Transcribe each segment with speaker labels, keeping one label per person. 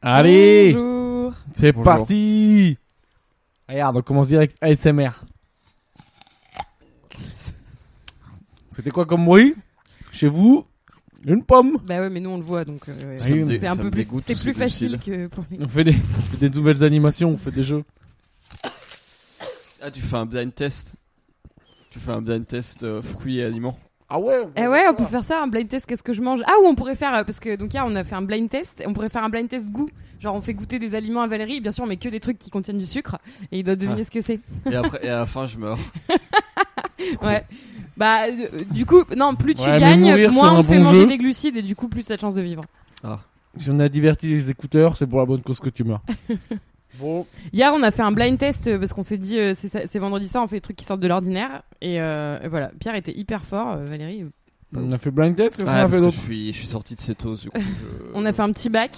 Speaker 1: Allez,
Speaker 2: Bonjour.
Speaker 1: c'est
Speaker 3: Bonjour.
Speaker 1: parti Regarde, on commence direct ASMR. C'était quoi comme bruit Chez vous Une pomme
Speaker 2: Bah ouais, mais nous on le voit donc. euh,
Speaker 1: Ça me
Speaker 2: c'est
Speaker 3: dé-
Speaker 2: un
Speaker 3: ça
Speaker 2: peu
Speaker 3: me
Speaker 2: plus,
Speaker 3: dégoûte,
Speaker 2: c'est
Speaker 3: c'est
Speaker 2: plus facile
Speaker 3: difficile.
Speaker 2: que pour les.
Speaker 1: on fait, des, on fait des nouvelles animations, on fait des jeux.
Speaker 3: Ah, tu fais un blind test. Tu fais un blind test euh, fruits et aliments.
Speaker 1: Ah ouais
Speaker 2: Eh ouais, on peut faire ça, un blind test, qu'est-ce que je mange Ah, ou on pourrait faire, euh, parce que donc là on a fait un blind test, on pourrait faire un blind test goût. Genre on fait goûter des aliments à Valérie, et bien sûr on met que des trucs qui contiennent du sucre, et il doit
Speaker 3: Ah.
Speaker 2: deviner ce que c'est.
Speaker 3: Et après, et à la fin, je meurs.
Speaker 2: Ouais. Bah, euh, du coup, non, plus tu
Speaker 1: Ouais, mais
Speaker 2: gagnes,
Speaker 1: mourir sur
Speaker 2: moins
Speaker 1: un
Speaker 2: on te fait
Speaker 1: bon
Speaker 2: manger
Speaker 1: jeu.
Speaker 2: des glucides, et du coup plus t'as de chance de vivre.
Speaker 1: Si on a diverti les écouteurs, c'est pour la bonne cause que tu meurs. bon.
Speaker 2: Hier, on a fait un blind test euh, parce qu'on s'est dit, euh, c'est ça- c'est vendredi soir, on fait des trucs qui sortent de l'ordinaire. Et euh, et voilà, Pierre était hyper fort, euh, Valérie. euh,
Speaker 1: On a fait blind test, qu'est-ce qu'on a
Speaker 3: Ah,
Speaker 1: fait
Speaker 3: parce que
Speaker 1: d'autre
Speaker 3: je suis, je suis sorti de cétose. Du coup, je-
Speaker 2: On a fait un petit bac,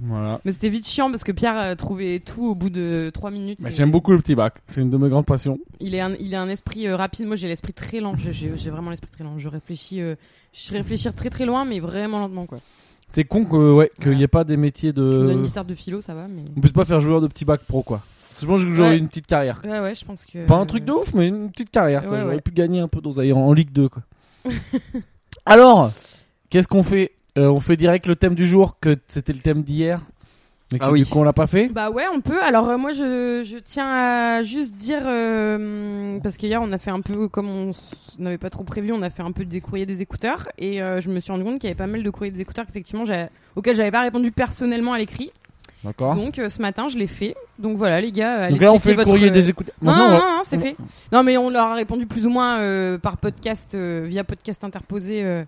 Speaker 1: Voilà.
Speaker 2: mais c'était vite chiant parce que Pierre euh, trouvait tout au bout de 3 minutes.
Speaker 1: Bah,
Speaker 2: Et
Speaker 1: J'aime beaucoup le petit bac, c'est une de mes grandes passions.
Speaker 2: Il est un, il a un esprit euh, rapide. Moi, j'ai l'esprit très lent. J'ai- J'ai j'ai vraiment l'esprit très lent. Je réfléchis, euh, je réfléchis très très loin, mais vraiment lentement quoi.
Speaker 1: C'est con que ouais, qu'il
Speaker 2: Ouais.
Speaker 1: n'y ait pas des métiers
Speaker 2: Tu me donnes une
Speaker 1: de.
Speaker 2: histoire de philo, ça va, mais.
Speaker 1: On puisse pas faire joueur de petit bac pro quoi. Je pense que j'aurais
Speaker 2: Ouais.
Speaker 1: une petite carrière.
Speaker 2: Ouais, ouais, je pense que.
Speaker 1: Pas un truc de ouf, mais une petite carrière. toi.
Speaker 2: ouais,
Speaker 1: J'aurais
Speaker 2: ouais.
Speaker 1: pu gagner un peu d'oseille en, en Ligue 2. Quoi. Alors, qu'est-ce qu'on fait Euh, On fait direct le thème du jour, que t- c'était le thème d'hier. Mais
Speaker 3: Ah
Speaker 1: que,
Speaker 3: oui.
Speaker 1: Du coup, on l'a pas fait.
Speaker 2: Bah ouais, on peut. Alors euh, moi, je, je tiens à juste dire euh, parce qu'hier on a fait un peu comme on s- n'avait pas trop prévu, on a fait un peu des courriers des écouteurs et euh, je me suis rendu compte qu'il y avait pas mal de courriers des écouteurs qu'effectivement j'avais- auxquels j'avais pas répondu personnellement à l'écrit.
Speaker 1: D'accord.
Speaker 2: Donc euh, ce matin, je l'ai fait. Donc voilà, les gars, euh, allez
Speaker 1: Donc là, on fait
Speaker 2: checker
Speaker 1: le
Speaker 2: votre-
Speaker 1: courrier des écouteurs.
Speaker 2: Non,
Speaker 1: Maintenant,
Speaker 2: non,
Speaker 1: on va-
Speaker 2: non, non, c'est fait. Non, mais on leur a répondu plus ou moins euh, par podcast, euh, via podcast interposé euh,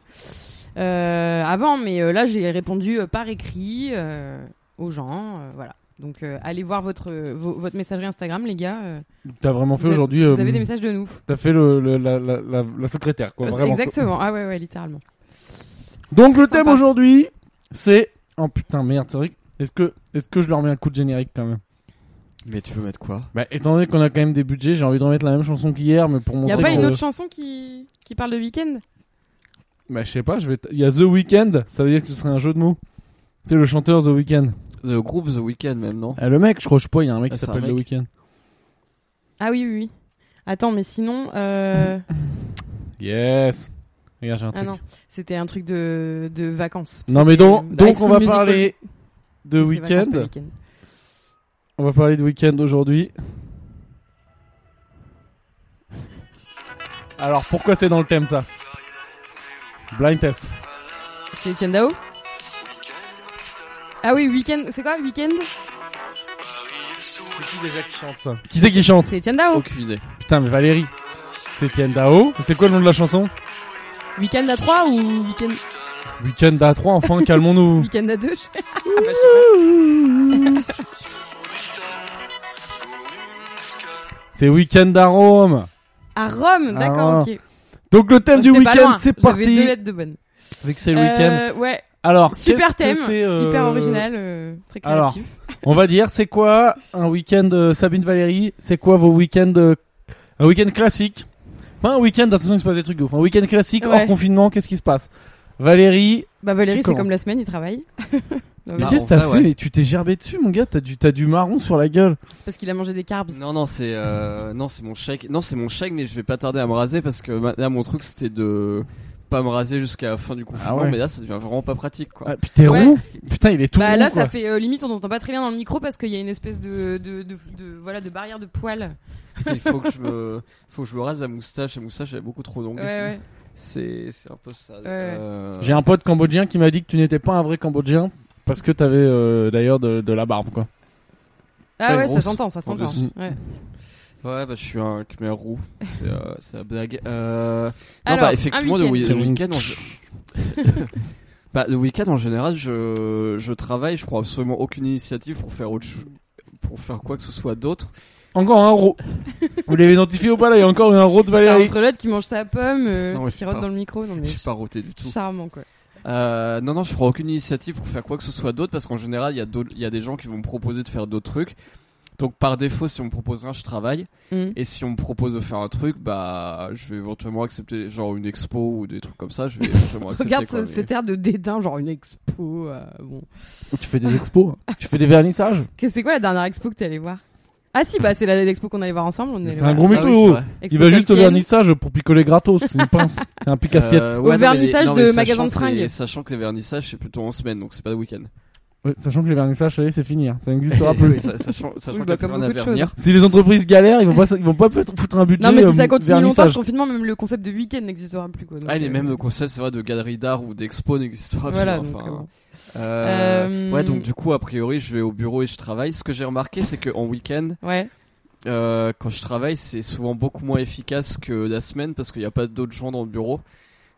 Speaker 2: euh, avant. Mais euh, là, j'ai répondu euh, par écrit euh, aux gens. euh, voilà. Donc, euh, allez voir votre, euh, vo- votre messagerie Instagram, les gars. euh,
Speaker 1: T'as vraiment
Speaker 2: vous
Speaker 1: fait
Speaker 2: avez-
Speaker 1: aujourd'hui.
Speaker 2: Vous
Speaker 1: euh,
Speaker 2: avez des messages de nous.
Speaker 1: T'as fait le, le- la, la- la- la secrétaire, quoi. Vraiment. quoi.
Speaker 2: Exactement. Ah ouais, ouais, littéralement.
Speaker 1: Donc le
Speaker 2: Sympa.
Speaker 1: thème aujourd'hui, c'est. Oh putain, merde, c'est vrai. que- Est-ce que, est-ce que je leur mets un coup de générique quand même
Speaker 3: Mais tu veux mettre quoi
Speaker 1: Bah, étant donné qu'on a quand même des budgets, j'ai envie de remettre la même chanson qu'hier, mais pour
Speaker 2: Il
Speaker 1: montrer.
Speaker 2: n'y a pas une
Speaker 1: que-
Speaker 2: autre chanson qui, qui parle de week-end
Speaker 1: Bah, je sais pas, je vais. t- Il y a The Weeknd, ça veut dire que ce serait un jeu de mots. Tu sais, le chanteur The Weeknd.
Speaker 3: Le groupe The Weeknd, même, non
Speaker 1: Ah, le mec, je crois, je sais pas, il y a un mec
Speaker 3: Ah,
Speaker 1: qui
Speaker 3: c'est
Speaker 1: s'appelle
Speaker 3: un
Speaker 1: The
Speaker 3: mec.
Speaker 1: Weeknd.
Speaker 2: Ah oui, oui, oui. Attends, mais sinon. euh,
Speaker 1: Yes Regarde, j'ai un
Speaker 2: Ah
Speaker 1: truc.
Speaker 2: non, c'était un truc de, de vacances.
Speaker 1: Non, mais donc,
Speaker 2: C'était,
Speaker 1: donc
Speaker 2: euh, High
Speaker 1: on
Speaker 2: School
Speaker 1: va
Speaker 2: Musical.
Speaker 1: parler de
Speaker 2: C'est vacances, pas
Speaker 1: Weeknd.
Speaker 2: week-end.
Speaker 1: On va parler de Weeknd aujourd'hui. Alors, pourquoi c'est dans le thème ça Blind test.
Speaker 2: C'est Etienne Dao Ah oui, week-end. C'est quoi, week-end
Speaker 1: Qui déjà qui chante ça Qui c'est qui chante
Speaker 2: C'est Etienne Dao.
Speaker 3: Aucune idée.
Speaker 1: Putain, mais Valérie. C'est Tiendao. Dao. C'est quoi le nom de la chanson
Speaker 2: Week-end à 3 ou week-end,
Speaker 1: Weekend A3, enfin, calmons-nous.
Speaker 2: week-end à 2
Speaker 1: C'est Weekend à Rome.
Speaker 2: À Rome,
Speaker 1: Ah,
Speaker 2: d'accord,
Speaker 1: ouais.
Speaker 2: ok.
Speaker 1: Donc le thème du
Speaker 2: J'étais pas
Speaker 1: week-end,
Speaker 2: loin,
Speaker 1: c'est
Speaker 2: J'avais deux
Speaker 1: parti.
Speaker 2: lettres de bonne. Euh,
Speaker 1: Avec c'est le week-end.
Speaker 2: Ouais,
Speaker 1: Alors,
Speaker 2: super
Speaker 1: qu'est-ce que
Speaker 2: thème.
Speaker 1: c'est, euh,
Speaker 2: Hyper original, euh, très
Speaker 1: alors.
Speaker 2: créatif.
Speaker 1: On va dire, c'est quoi un week-end euh, Sabine Valérie C'est quoi vos week-ends euh, Un week-end classique Pas un week-end, attention, il se passe des trucs de ouf. Un week-end classique
Speaker 2: Ouais.
Speaker 1: hors confinement, qu'est-ce qui se passe Valérie,
Speaker 2: Bah Valérie,
Speaker 1: Qui
Speaker 2: c'est comme
Speaker 1: commence
Speaker 2: la semaine, il travaille. Non,
Speaker 1: mais
Speaker 2: mais
Speaker 3: Ah,
Speaker 1: qu'est-ce que t'as
Speaker 3: en vrai,
Speaker 1: fait
Speaker 3: ouais.
Speaker 1: Mais tu t'es gerbé dessus, mon gars. T'as du, t'as du marron sur la gueule.
Speaker 2: C'est parce qu'il a mangé des carbs.
Speaker 3: Non, non, c'est euh, non, c'est mon chèque. Non, c'est mon chèque, mais je vais pas tarder à me raser parce que ma- là, mon truc, c'était de pas me raser jusqu'à la fin du confinement.
Speaker 1: ouais.
Speaker 3: Mais là, ça devient vraiment pas pratique, quoi.
Speaker 1: Ah, puis t'es
Speaker 2: Ouais.
Speaker 1: rond. Putain, il est tout
Speaker 2: Bah
Speaker 1: rond,
Speaker 2: là,
Speaker 1: quoi.
Speaker 2: ça fait euh, limite, on n'entend pas très bien dans le micro parce qu'il y a une espèce de, de, de, de- voilà, de barrière de poils.
Speaker 3: Il faut que je me, faut que je me rase la moustache. La moustache, elle est beaucoup trop longue.
Speaker 2: Ouais, ouais.
Speaker 3: C'est, c'est un peu ça. Euh,
Speaker 1: J'ai un pote cambodgien qui m'a dit que tu n'étais pas un vrai cambodgien parce que t'avais euh, d'ailleurs de, de la barbe, quoi.
Speaker 2: Ah
Speaker 3: Ouais,
Speaker 2: ouais, ça
Speaker 3: grosse.
Speaker 2: s'entend, ça s'entend.
Speaker 3: dessous.
Speaker 2: Ouais.
Speaker 3: Ouais, bah, je suis un Khmer roux. C'est, euh, c'est la blague. Euh... Non,
Speaker 2: Alors,
Speaker 3: bah, effectivement,
Speaker 2: un
Speaker 3: le,
Speaker 2: week-end.
Speaker 3: wi- le week-end, en... gé- bah, le week-end, en général, je, je travaille, je prends absolument aucune initiative pour faire autre cho- pour faire quoi que ce soit d'autre.
Speaker 1: Encore un ro. Vous l'avez identifié ou pas là Il y a encore un ro de
Speaker 2: T'as
Speaker 1: Valérie.
Speaker 2: entre l'autre qui mange sa pomme, euh,
Speaker 3: Non, mais
Speaker 2: qui
Speaker 3: je
Speaker 2: rote
Speaker 3: sais
Speaker 2: dans le micro. Non, mais
Speaker 3: Je suis pas roté du tout.
Speaker 2: charmant quoi.
Speaker 3: Euh, non, non, je prends aucune initiative pour faire quoi que ce soit d'autre parce qu'en général, il y, a d'autres- il y a des gens qui vont me proposer de faire d'autres trucs. Donc par défaut, si on me propose rien, je travaille.
Speaker 2: Mm.
Speaker 3: Et si on me propose de faire un truc, bah, je vais éventuellement accepter, genre une expo ou des trucs comme ça. Je vais éventuellement accepter.
Speaker 2: Regarde
Speaker 3: quoi,
Speaker 2: ce-
Speaker 3: mais-
Speaker 2: cet air de dédain, genre une expo. euh, bon.
Speaker 1: Tu fais des expos, hein. tu fais des vernissages.
Speaker 2: Qu'est-ce- C'est quoi la dernière expo que t'es allé voir Ah si, bah c'est la l'expo qu'on allait voir ensemble. On est
Speaker 1: C'est
Speaker 2: allé
Speaker 1: un
Speaker 2: voir
Speaker 1: gros
Speaker 3: Ah oui, c'est
Speaker 1: mytho.
Speaker 3: vrai.
Speaker 2: l'expo
Speaker 1: Il va juste au
Speaker 2: Tolkien.
Speaker 1: vernissage pour picoler gratos. C'est une pince, c'est un pic assiette.
Speaker 3: Euh,
Speaker 2: Au
Speaker 3: non, mais-
Speaker 2: vernissage
Speaker 3: non, mais
Speaker 2: de
Speaker 3: sachant
Speaker 2: magasin de
Speaker 3: que les-
Speaker 2: fringues.
Speaker 3: Sachant que les vernissages, c'est plutôt en semaine, donc c'est pas le week-end.
Speaker 1: Euh, Ouais, sachant que les vernissages, ça y est, c'est fini. hein. Ça n'existera plus.
Speaker 3: Oui, sa- sachant sachant
Speaker 2: Oui,
Speaker 3: qu'il y
Speaker 2: bah,
Speaker 3: a plus
Speaker 2: comme
Speaker 3: rien à
Speaker 2: beaucoup de
Speaker 3: venir.
Speaker 1: Si les entreprises galèrent, ils vont pas, ils vont pas peut-être foutre un budget.
Speaker 2: Non mais
Speaker 1: euh,
Speaker 2: si ça continue longtemps,
Speaker 1: vernissage.
Speaker 2: ce confinement, même le concept de week-end n'existera plus quoi. donc,
Speaker 3: Ah, mais
Speaker 2: euh,
Speaker 3: même le concept, c'est vrai, de galerie d'art ou d'expo n'existera
Speaker 2: Voilà.
Speaker 3: plus.
Speaker 2: donc,
Speaker 3: enfin,
Speaker 2: euh, bon.
Speaker 3: euh,
Speaker 2: Euh,
Speaker 3: Ouais, donc du coup, a priori, je vais au bureau et je travaille. Ce que j'ai remarqué, c'est qu'en week-end,
Speaker 2: Ouais.
Speaker 3: euh, quand je travaille, c'est souvent beaucoup moins efficace que la semaine parce qu'il n'y a pas d'autres gens dans le bureau.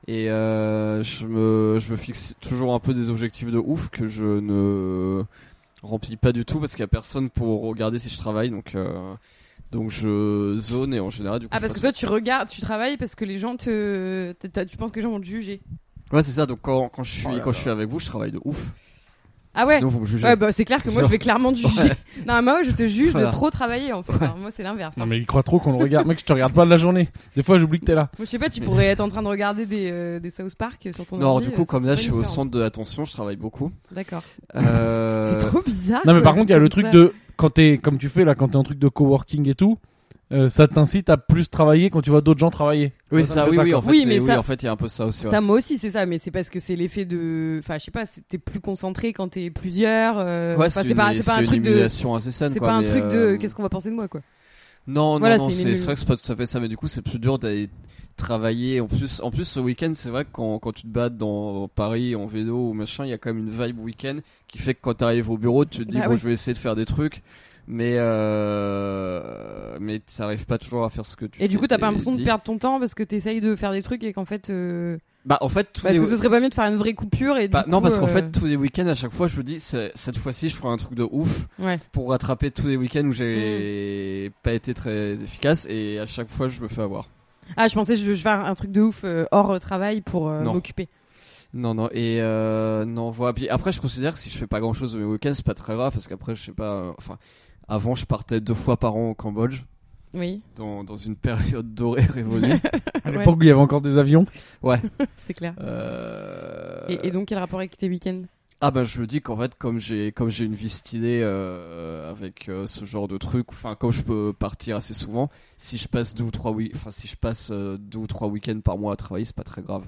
Speaker 3: Et euh, je me, je me fixe toujours un peu des objectifs de ouf que je ne remplis pas du tout parce qu'il n'y a personne pour regarder si je travaille. Donc, euh, donc je zone et en général, du coup.
Speaker 2: Ah
Speaker 3: je
Speaker 2: parce que toi
Speaker 3: passe-
Speaker 2: tu regardes, tu travailles parce que les gens te, t'as- t'as- tu penses que les gens vont te juger.
Speaker 3: Ouais, c'est ça. Donc quand, quand je suis,
Speaker 1: Oh là
Speaker 3: quand je suis avec vous, je travaille de ouf.
Speaker 2: Ah ouais.
Speaker 3: Sinon, vous me jugez.
Speaker 2: Ouais bah c'est clair que moi je vais clairement te juger.
Speaker 3: Ouais.
Speaker 2: Non moi je te juge
Speaker 3: Voilà. Mm.
Speaker 2: de trop travailler en fait. Alors, moi c'est l'inverse. hein.
Speaker 1: Non mais il croit trop qu'on le regarde. Mec, je te regarde pas de la journée. Des fois, j'oublie que t'es là.
Speaker 2: Moi, je sais pas, tu
Speaker 3: Mais-
Speaker 2: pourrais être en train de regarder des, euh, des South Park sur ton
Speaker 3: Non,
Speaker 2: ordi,
Speaker 3: du
Speaker 2: euh,
Speaker 3: coup, comme là,
Speaker 2: pas
Speaker 3: je suis
Speaker 2: une
Speaker 3: au
Speaker 2: différence.
Speaker 3: centre de l'attention, je travaille beaucoup.
Speaker 2: D'accord.
Speaker 3: Euh,
Speaker 2: C'est trop bizarre.
Speaker 1: Non mais
Speaker 2: quoi,
Speaker 1: par contre, il y a le
Speaker 2: comme
Speaker 1: truc
Speaker 2: ça.
Speaker 1: de quand t'es comme tu fais là, quand t'es en truc de coworking et tout, euh, ça t'incite à plus travailler quand tu vois d'autres gens travailler.
Speaker 3: Oui, ça, oui, oui, en
Speaker 1: quoi.
Speaker 3: fait,
Speaker 2: Oui,
Speaker 3: c'est-
Speaker 2: mais
Speaker 3: oui,
Speaker 2: ça-
Speaker 3: en fait, il y a un peu ça aussi. ouais.
Speaker 2: Ça, moi aussi, c'est ça, mais c'est parce que c'est l'effet de. Enfin, je sais pas, c'est- t'es plus concentré quand t'es plusieurs. euh,
Speaker 3: Ouais,
Speaker 2: enfin,
Speaker 3: c'est
Speaker 2: c'est pas,
Speaker 3: une,
Speaker 2: c'est pas un
Speaker 3: c'est
Speaker 2: truc
Speaker 3: une
Speaker 2: de.
Speaker 3: émulation assez saine.
Speaker 2: C'est
Speaker 3: quoi,
Speaker 2: pas un
Speaker 3: mais,
Speaker 2: truc de.
Speaker 3: euh,
Speaker 2: Qu'est-ce qu'on va penser de moi, quoi.
Speaker 3: Non,
Speaker 2: Voilà,
Speaker 3: non,
Speaker 2: c'est une
Speaker 3: non, c'est c'est
Speaker 2: émulation.
Speaker 3: vrai que c'est pas tout à fait ça, mais du coup, c'est plus dur d'aller travailler. En plus, en plus, ce week-end, c'est vrai que quand, quand tu te bats dans Paris en vélo ou machin, il y a quand même une vibe week-end qui fait que quand t'arrives au bureau, tu te dis,
Speaker 2: Bah
Speaker 3: bon,
Speaker 2: ouais.
Speaker 3: je vais essayer de faire des trucs, mais euh, mais t'arrives pas toujours à faire ce que tu
Speaker 2: Et du coup, t'as pas
Speaker 3: t'étais
Speaker 2: l'impression de
Speaker 3: dit.
Speaker 2: perdre ton temps parce que t'essayes de faire des trucs et qu'en fait. euh,
Speaker 3: Bah, en fait, tous
Speaker 2: Parce
Speaker 3: les-
Speaker 2: que ce serait pas mieux de faire une vraie coupure et. du
Speaker 3: Bah, non,
Speaker 2: coup,
Speaker 3: parce qu'en
Speaker 2: euh,
Speaker 3: fait, tous les week-ends, à chaque fois, je me dis, c'est- cette fois-ci, je ferai un truc de ouf
Speaker 2: Ouais.
Speaker 3: pour rattraper tous les week-ends où j'ai pas été très efficace et à chaque fois, je me fais avoir.
Speaker 2: Ah, je pensais, je je vais faire un truc de ouf euh, hors euh, travail pour euh,
Speaker 3: Non.
Speaker 2: m'occuper.
Speaker 3: Non, non, et euh, non, voilà. Puis après, je considère que si je fais pas grand chose de mes week-ends, c'est pas très grave parce qu'après, je sais pas, euh, enfin, avant, je partais deux fois par an au Cambodge
Speaker 2: Oui,
Speaker 3: dans, dans une période dorée révolue.
Speaker 1: À
Speaker 2: Ouais.
Speaker 1: l'époque, où il y avait encore des avions.
Speaker 2: c'est clair.
Speaker 3: Euh,
Speaker 2: Et, et donc, quel rapport avec tes week-ends
Speaker 3: Ah ben je me dis qu'en fait comme j'ai comme j'ai une vie stylée euh, avec euh, ce genre de truc, enfin comme je peux partir assez souvent, si je passe deux ou trois week- enfin si je passe euh, deux ou trois week-ends par mois à travailler, c'est pas très grave.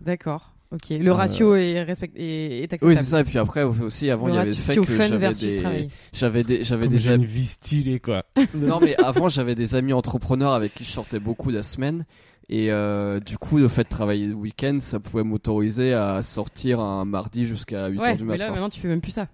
Speaker 2: D'accord. Ok. Le
Speaker 3: Euh,
Speaker 2: ratio est, respect... est, est acceptable.
Speaker 3: Oui c'est ça et puis après aussi avant
Speaker 2: Le
Speaker 3: il y avait le
Speaker 2: ratio
Speaker 3: fait que
Speaker 2: fun
Speaker 3: j'avais
Speaker 2: versus
Speaker 3: des
Speaker 2: travail.
Speaker 3: j'avais des j'avais
Speaker 1: Comme
Speaker 3: des
Speaker 1: j'ai
Speaker 3: amis-
Speaker 1: une vie stylée quoi.
Speaker 3: non mais avant j'avais des amis entrepreneurs avec qui je sortais beaucoup la semaine et euh, du coup le fait de travailler le week-end ça pouvait m'autoriser à sortir un mardi jusqu'à 8h
Speaker 2: Ouais,
Speaker 3: du
Speaker 2: mais là
Speaker 3: matin.
Speaker 2: maintenant tu fais même plus ça.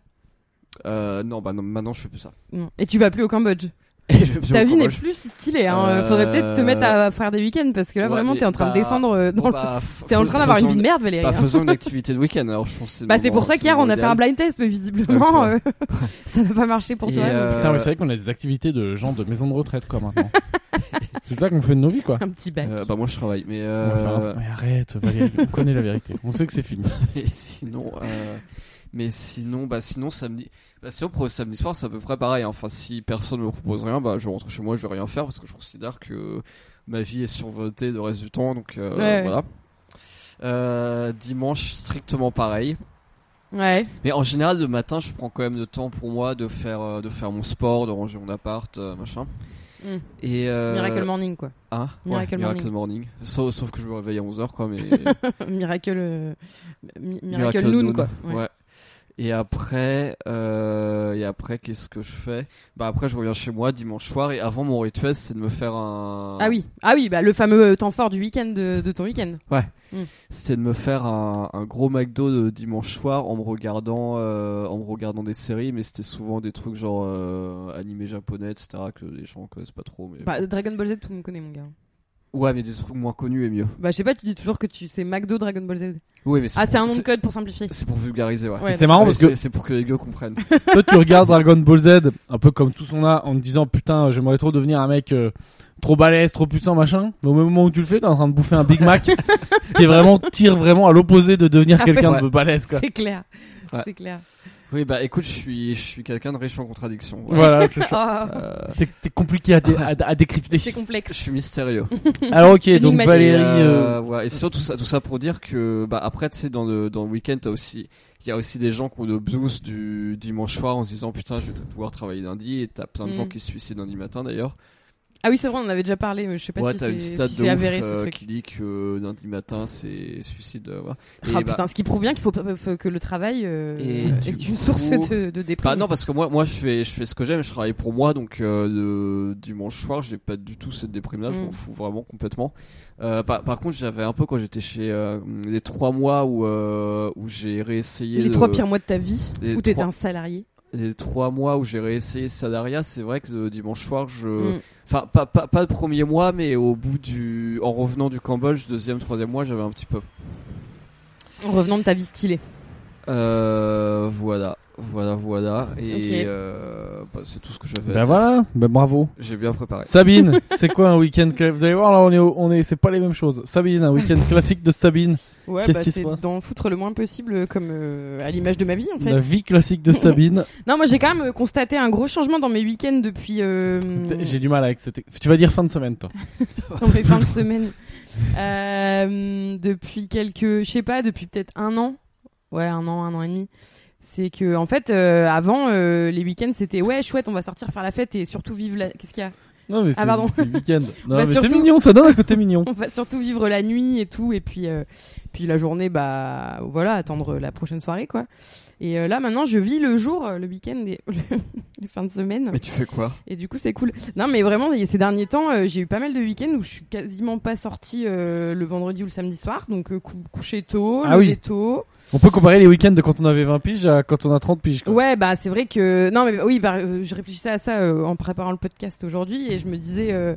Speaker 3: Euh, non bah non, maintenant je fais plus ça.
Speaker 2: Non. Et tu vas plus au Cambodge.
Speaker 3: Et je vais plus
Speaker 2: Ta
Speaker 3: au
Speaker 2: vie n'est
Speaker 3: Cambodge.
Speaker 2: plus si stylée. Hein. Faudrait peut-être te mettre à faire des week-ends parce que là
Speaker 3: Ouais,
Speaker 2: vraiment
Speaker 3: mais
Speaker 2: t'es en train
Speaker 3: bah,
Speaker 2: de descendre. euh, dans
Speaker 3: Bon,
Speaker 2: le-
Speaker 3: bah, f-
Speaker 2: T'es en train d'avoir une
Speaker 3: faisons-
Speaker 2: vie de merde, Valérie.
Speaker 3: Bah,
Speaker 2: hein.
Speaker 3: faisons une activité de week-end, alors je pense que
Speaker 2: Bah, c'est pour ça qu'hier on a fait un blind test, mais visiblement
Speaker 3: Ouais,
Speaker 2: euh, ça n'a pas marché pour
Speaker 3: Et,
Speaker 2: toi. donc,
Speaker 3: euh,
Speaker 1: Putain, mais c'est vrai qu'on a des activités de gens de maison de retraite quoi maintenant. c'est ça qu'on fait de nos vies quoi.
Speaker 2: Un petit bac.
Speaker 3: Bah, moi je travaille, mais,
Speaker 1: On va faire
Speaker 3: euh,
Speaker 1: un- Mais arrête, Valérie, on connaît la vérité. On sait que c'est fini.
Speaker 3: mais sinon, euh, mais sinon, bah, sinon, samedi, bah, sinon, pour le samedi soir, c'est à peu près pareil. hein. Enfin, si personne me propose rien, bah, je rentre chez moi, je vais rien faire parce que je considère que ma vie est survotée le reste du temps, donc euh,
Speaker 2: Ouais.
Speaker 3: voilà. Euh, dimanche, strictement pareil.
Speaker 2: Ouais.
Speaker 3: Mais en général, le matin, je prends quand même le temps pour moi de faire, euh, de faire mon sport, de ranger mon appart, euh, machin.
Speaker 2: Mm.
Speaker 3: Et euh,
Speaker 2: Miracle Morning quoi.
Speaker 3: Hein
Speaker 2: Miracle
Speaker 3: Miracle Morning. Sauf, sauf que je me réveille à 11h, quoi, mais.
Speaker 2: Miracle. euh, mi- Miracle, Noon, quoi. Ouais.
Speaker 3: Ouais. Et après, euh, et après, qu'est-ce que je fais Bah après, je reviens chez moi dimanche soir et avant mon rituel, c'est de me faire un.
Speaker 2: Ah oui, ah oui, bah le fameux euh, temps fort du week-end de, de ton week-end.
Speaker 3: C'était de me faire un, un gros McDo le dimanche soir en me regardant, euh, en me regardant des séries, mais c'était souvent des trucs genre euh, animés japonais, etc. que les gens connaissent pas trop. Mais...
Speaker 2: Bah, Dragon Ball Z, tout le monde connaît mon gars.
Speaker 3: Ouais, mais des trucs moins connus et mieux.
Speaker 2: Bah je sais pas, tu dis toujours que tu sais McDo Dragon Ball Z.
Speaker 3: Oui, mais
Speaker 2: Ah
Speaker 3: pour-
Speaker 2: c'est un nom de code pour simplifier.
Speaker 3: C'est pour vulgariser, ouais.
Speaker 2: Ouais,
Speaker 1: c'est marrant
Speaker 3: Ouais,
Speaker 1: parce que
Speaker 3: c'est- c'est pour que les gars comprennent.
Speaker 1: Toi, tu regardes Dragon Ball Z, un peu comme tous on a, en te disant putain, j'aimerais trop devenir un mec euh, trop balèze, trop puissant, machin. Mais au même moment où tu le fais, t'es en train de bouffer un Big Mac, ce qui est vraiment tire vraiment à l'opposé de devenir
Speaker 2: Ah
Speaker 1: quelqu'un
Speaker 2: ouais.
Speaker 1: de balèze quoi.
Speaker 2: C'est clair.
Speaker 3: Ouais.
Speaker 2: C'est clair.
Speaker 3: Oui, bah écoute, je suis, je suis quelqu'un de riche en contradictions. voilà.
Speaker 1: Voilà, c'est ça.
Speaker 2: Ah,
Speaker 3: Euh,
Speaker 1: T'es t'es compliqué à, dé- à- à décrypter.
Speaker 2: c'est
Speaker 3: je
Speaker 2: complexe.
Speaker 3: suis mystérieux.
Speaker 1: Alors Ah, ok, donc
Speaker 2: Énigmatique.
Speaker 1: Valérie,
Speaker 3: Et,
Speaker 1: euh,
Speaker 3: euh, ouais, et surtout tout ça, tout ça pour dire que bah après tu sais dans le dans le week-end t'as aussi il y a aussi des gens qui ont le blues du dimanche soir en se disant putain je vais t- pouvoir travailler lundi et t'as plein de
Speaker 2: Mm.
Speaker 3: gens qui se suicident lundi matin d'ailleurs.
Speaker 2: Ah oui, c'est vrai, on en avait déjà parlé, mais je sais pas
Speaker 3: ouais
Speaker 2: si
Speaker 3: t'as
Speaker 2: c'est
Speaker 3: une stat
Speaker 2: si
Speaker 3: de
Speaker 2: c'est
Speaker 3: ouf,
Speaker 2: avéré ce
Speaker 3: euh,
Speaker 2: truc.
Speaker 3: qui dit que lundi matin c'est suicide. euh, voilà.
Speaker 2: Ah
Speaker 3: Et bah-
Speaker 2: putain, ce qui prouve bien qu'il faut, pas- faut que le travail euh,
Speaker 3: Et
Speaker 2: est
Speaker 3: du
Speaker 2: une
Speaker 3: coup-
Speaker 2: source de, de déprime.
Speaker 3: Bah non parce que moi moi je fais je fais ce que j'aime je travaille pour moi donc euh, le dimanche soir j'ai pas du tout cette déprime là je
Speaker 2: Mm.
Speaker 3: m'en fous vraiment complètement euh, par, par contre j'avais un peu quand j'étais chez euh, les trois mois où euh, où j'ai réessayé
Speaker 2: les
Speaker 3: le-
Speaker 2: trois pires mois de ta vie
Speaker 3: les
Speaker 2: où t'étais
Speaker 3: trois-
Speaker 2: un salarié.
Speaker 3: les trois mois où j'ai réessayé salariat c'est vrai que le dimanche soir je
Speaker 2: Mm.
Speaker 3: enfin pas, pas pas le premier mois mais au bout du en revenant du Cambodge deuxième troisième mois j'avais un petit peu
Speaker 2: En revenant de ta vie stylée.
Speaker 3: euh, voilà voilà voilà et
Speaker 2: Ok.
Speaker 3: euh, bah, c'est tout ce que j'avais à
Speaker 1: bah
Speaker 3: dire.
Speaker 1: voilà, bah bravo.
Speaker 3: j'ai bien préparé
Speaker 1: Sabine, c'est quoi un week-end classique Vous allez voir, là on est, au- on est, c'est pas les mêmes choses. Sabine, un week-end classique de Sabine,
Speaker 2: Ouais,
Speaker 1: Qu'est-ce
Speaker 2: bah,
Speaker 1: qui se
Speaker 2: c'est
Speaker 1: passe
Speaker 2: d'en foutre le moins possible, comme euh, à l'image de ma vie en fait.
Speaker 1: la vie classique de Sabine.
Speaker 2: Non, moi j'ai quand même euh, constaté un gros changement dans mes week-ends depuis. euh,
Speaker 1: J'ai du mal avec cette. Tu vas dire fin de semaine, toi.
Speaker 2: dans mes fins de semaine. Euh, depuis quelques, je sais pas, depuis peut-être un an. Ouais, un an, un an et demi. C'est que, en fait, euh, avant, euh, les week-ends, c'était ouais, chouette, on va sortir faire la fête et surtout vivre la. Qu'est-ce qu'il y a
Speaker 1: Non mais
Speaker 2: Ah,
Speaker 1: c'est-
Speaker 2: pardon.
Speaker 1: c'est le week-end. Non
Speaker 2: Bah,
Speaker 1: mais c'est
Speaker 2: surtout-
Speaker 1: mignon, ça donne un côté mignon.
Speaker 2: On va surtout vivre la nuit et tout. Et puis, euh, puis la journée, bah voilà, attendre la prochaine soirée, quoi. Et euh, là, maintenant, je vis le jour, euh, le week-end et les fins de semaine.
Speaker 3: mais tu fais quoi
Speaker 2: Et du coup, c'est cool. Non, mais vraiment, ces derniers temps, euh, j'ai eu pas mal de week-ends où je suis quasiment pas sortie euh, le vendredi ou le samedi soir. Donc, euh, cou- coucher tôt,
Speaker 1: Ah
Speaker 2: lever
Speaker 1: oui.
Speaker 2: tôt.
Speaker 1: On peut comparer les week-ends de quand on avait 20 piges à quand on a 30 piges. Quoi.
Speaker 2: Ouais, bah, c'est vrai que. Non, mais oui, bah, euh, je réfléchissais à ça euh, en préparant le podcast aujourd'hui et je me disais. euh,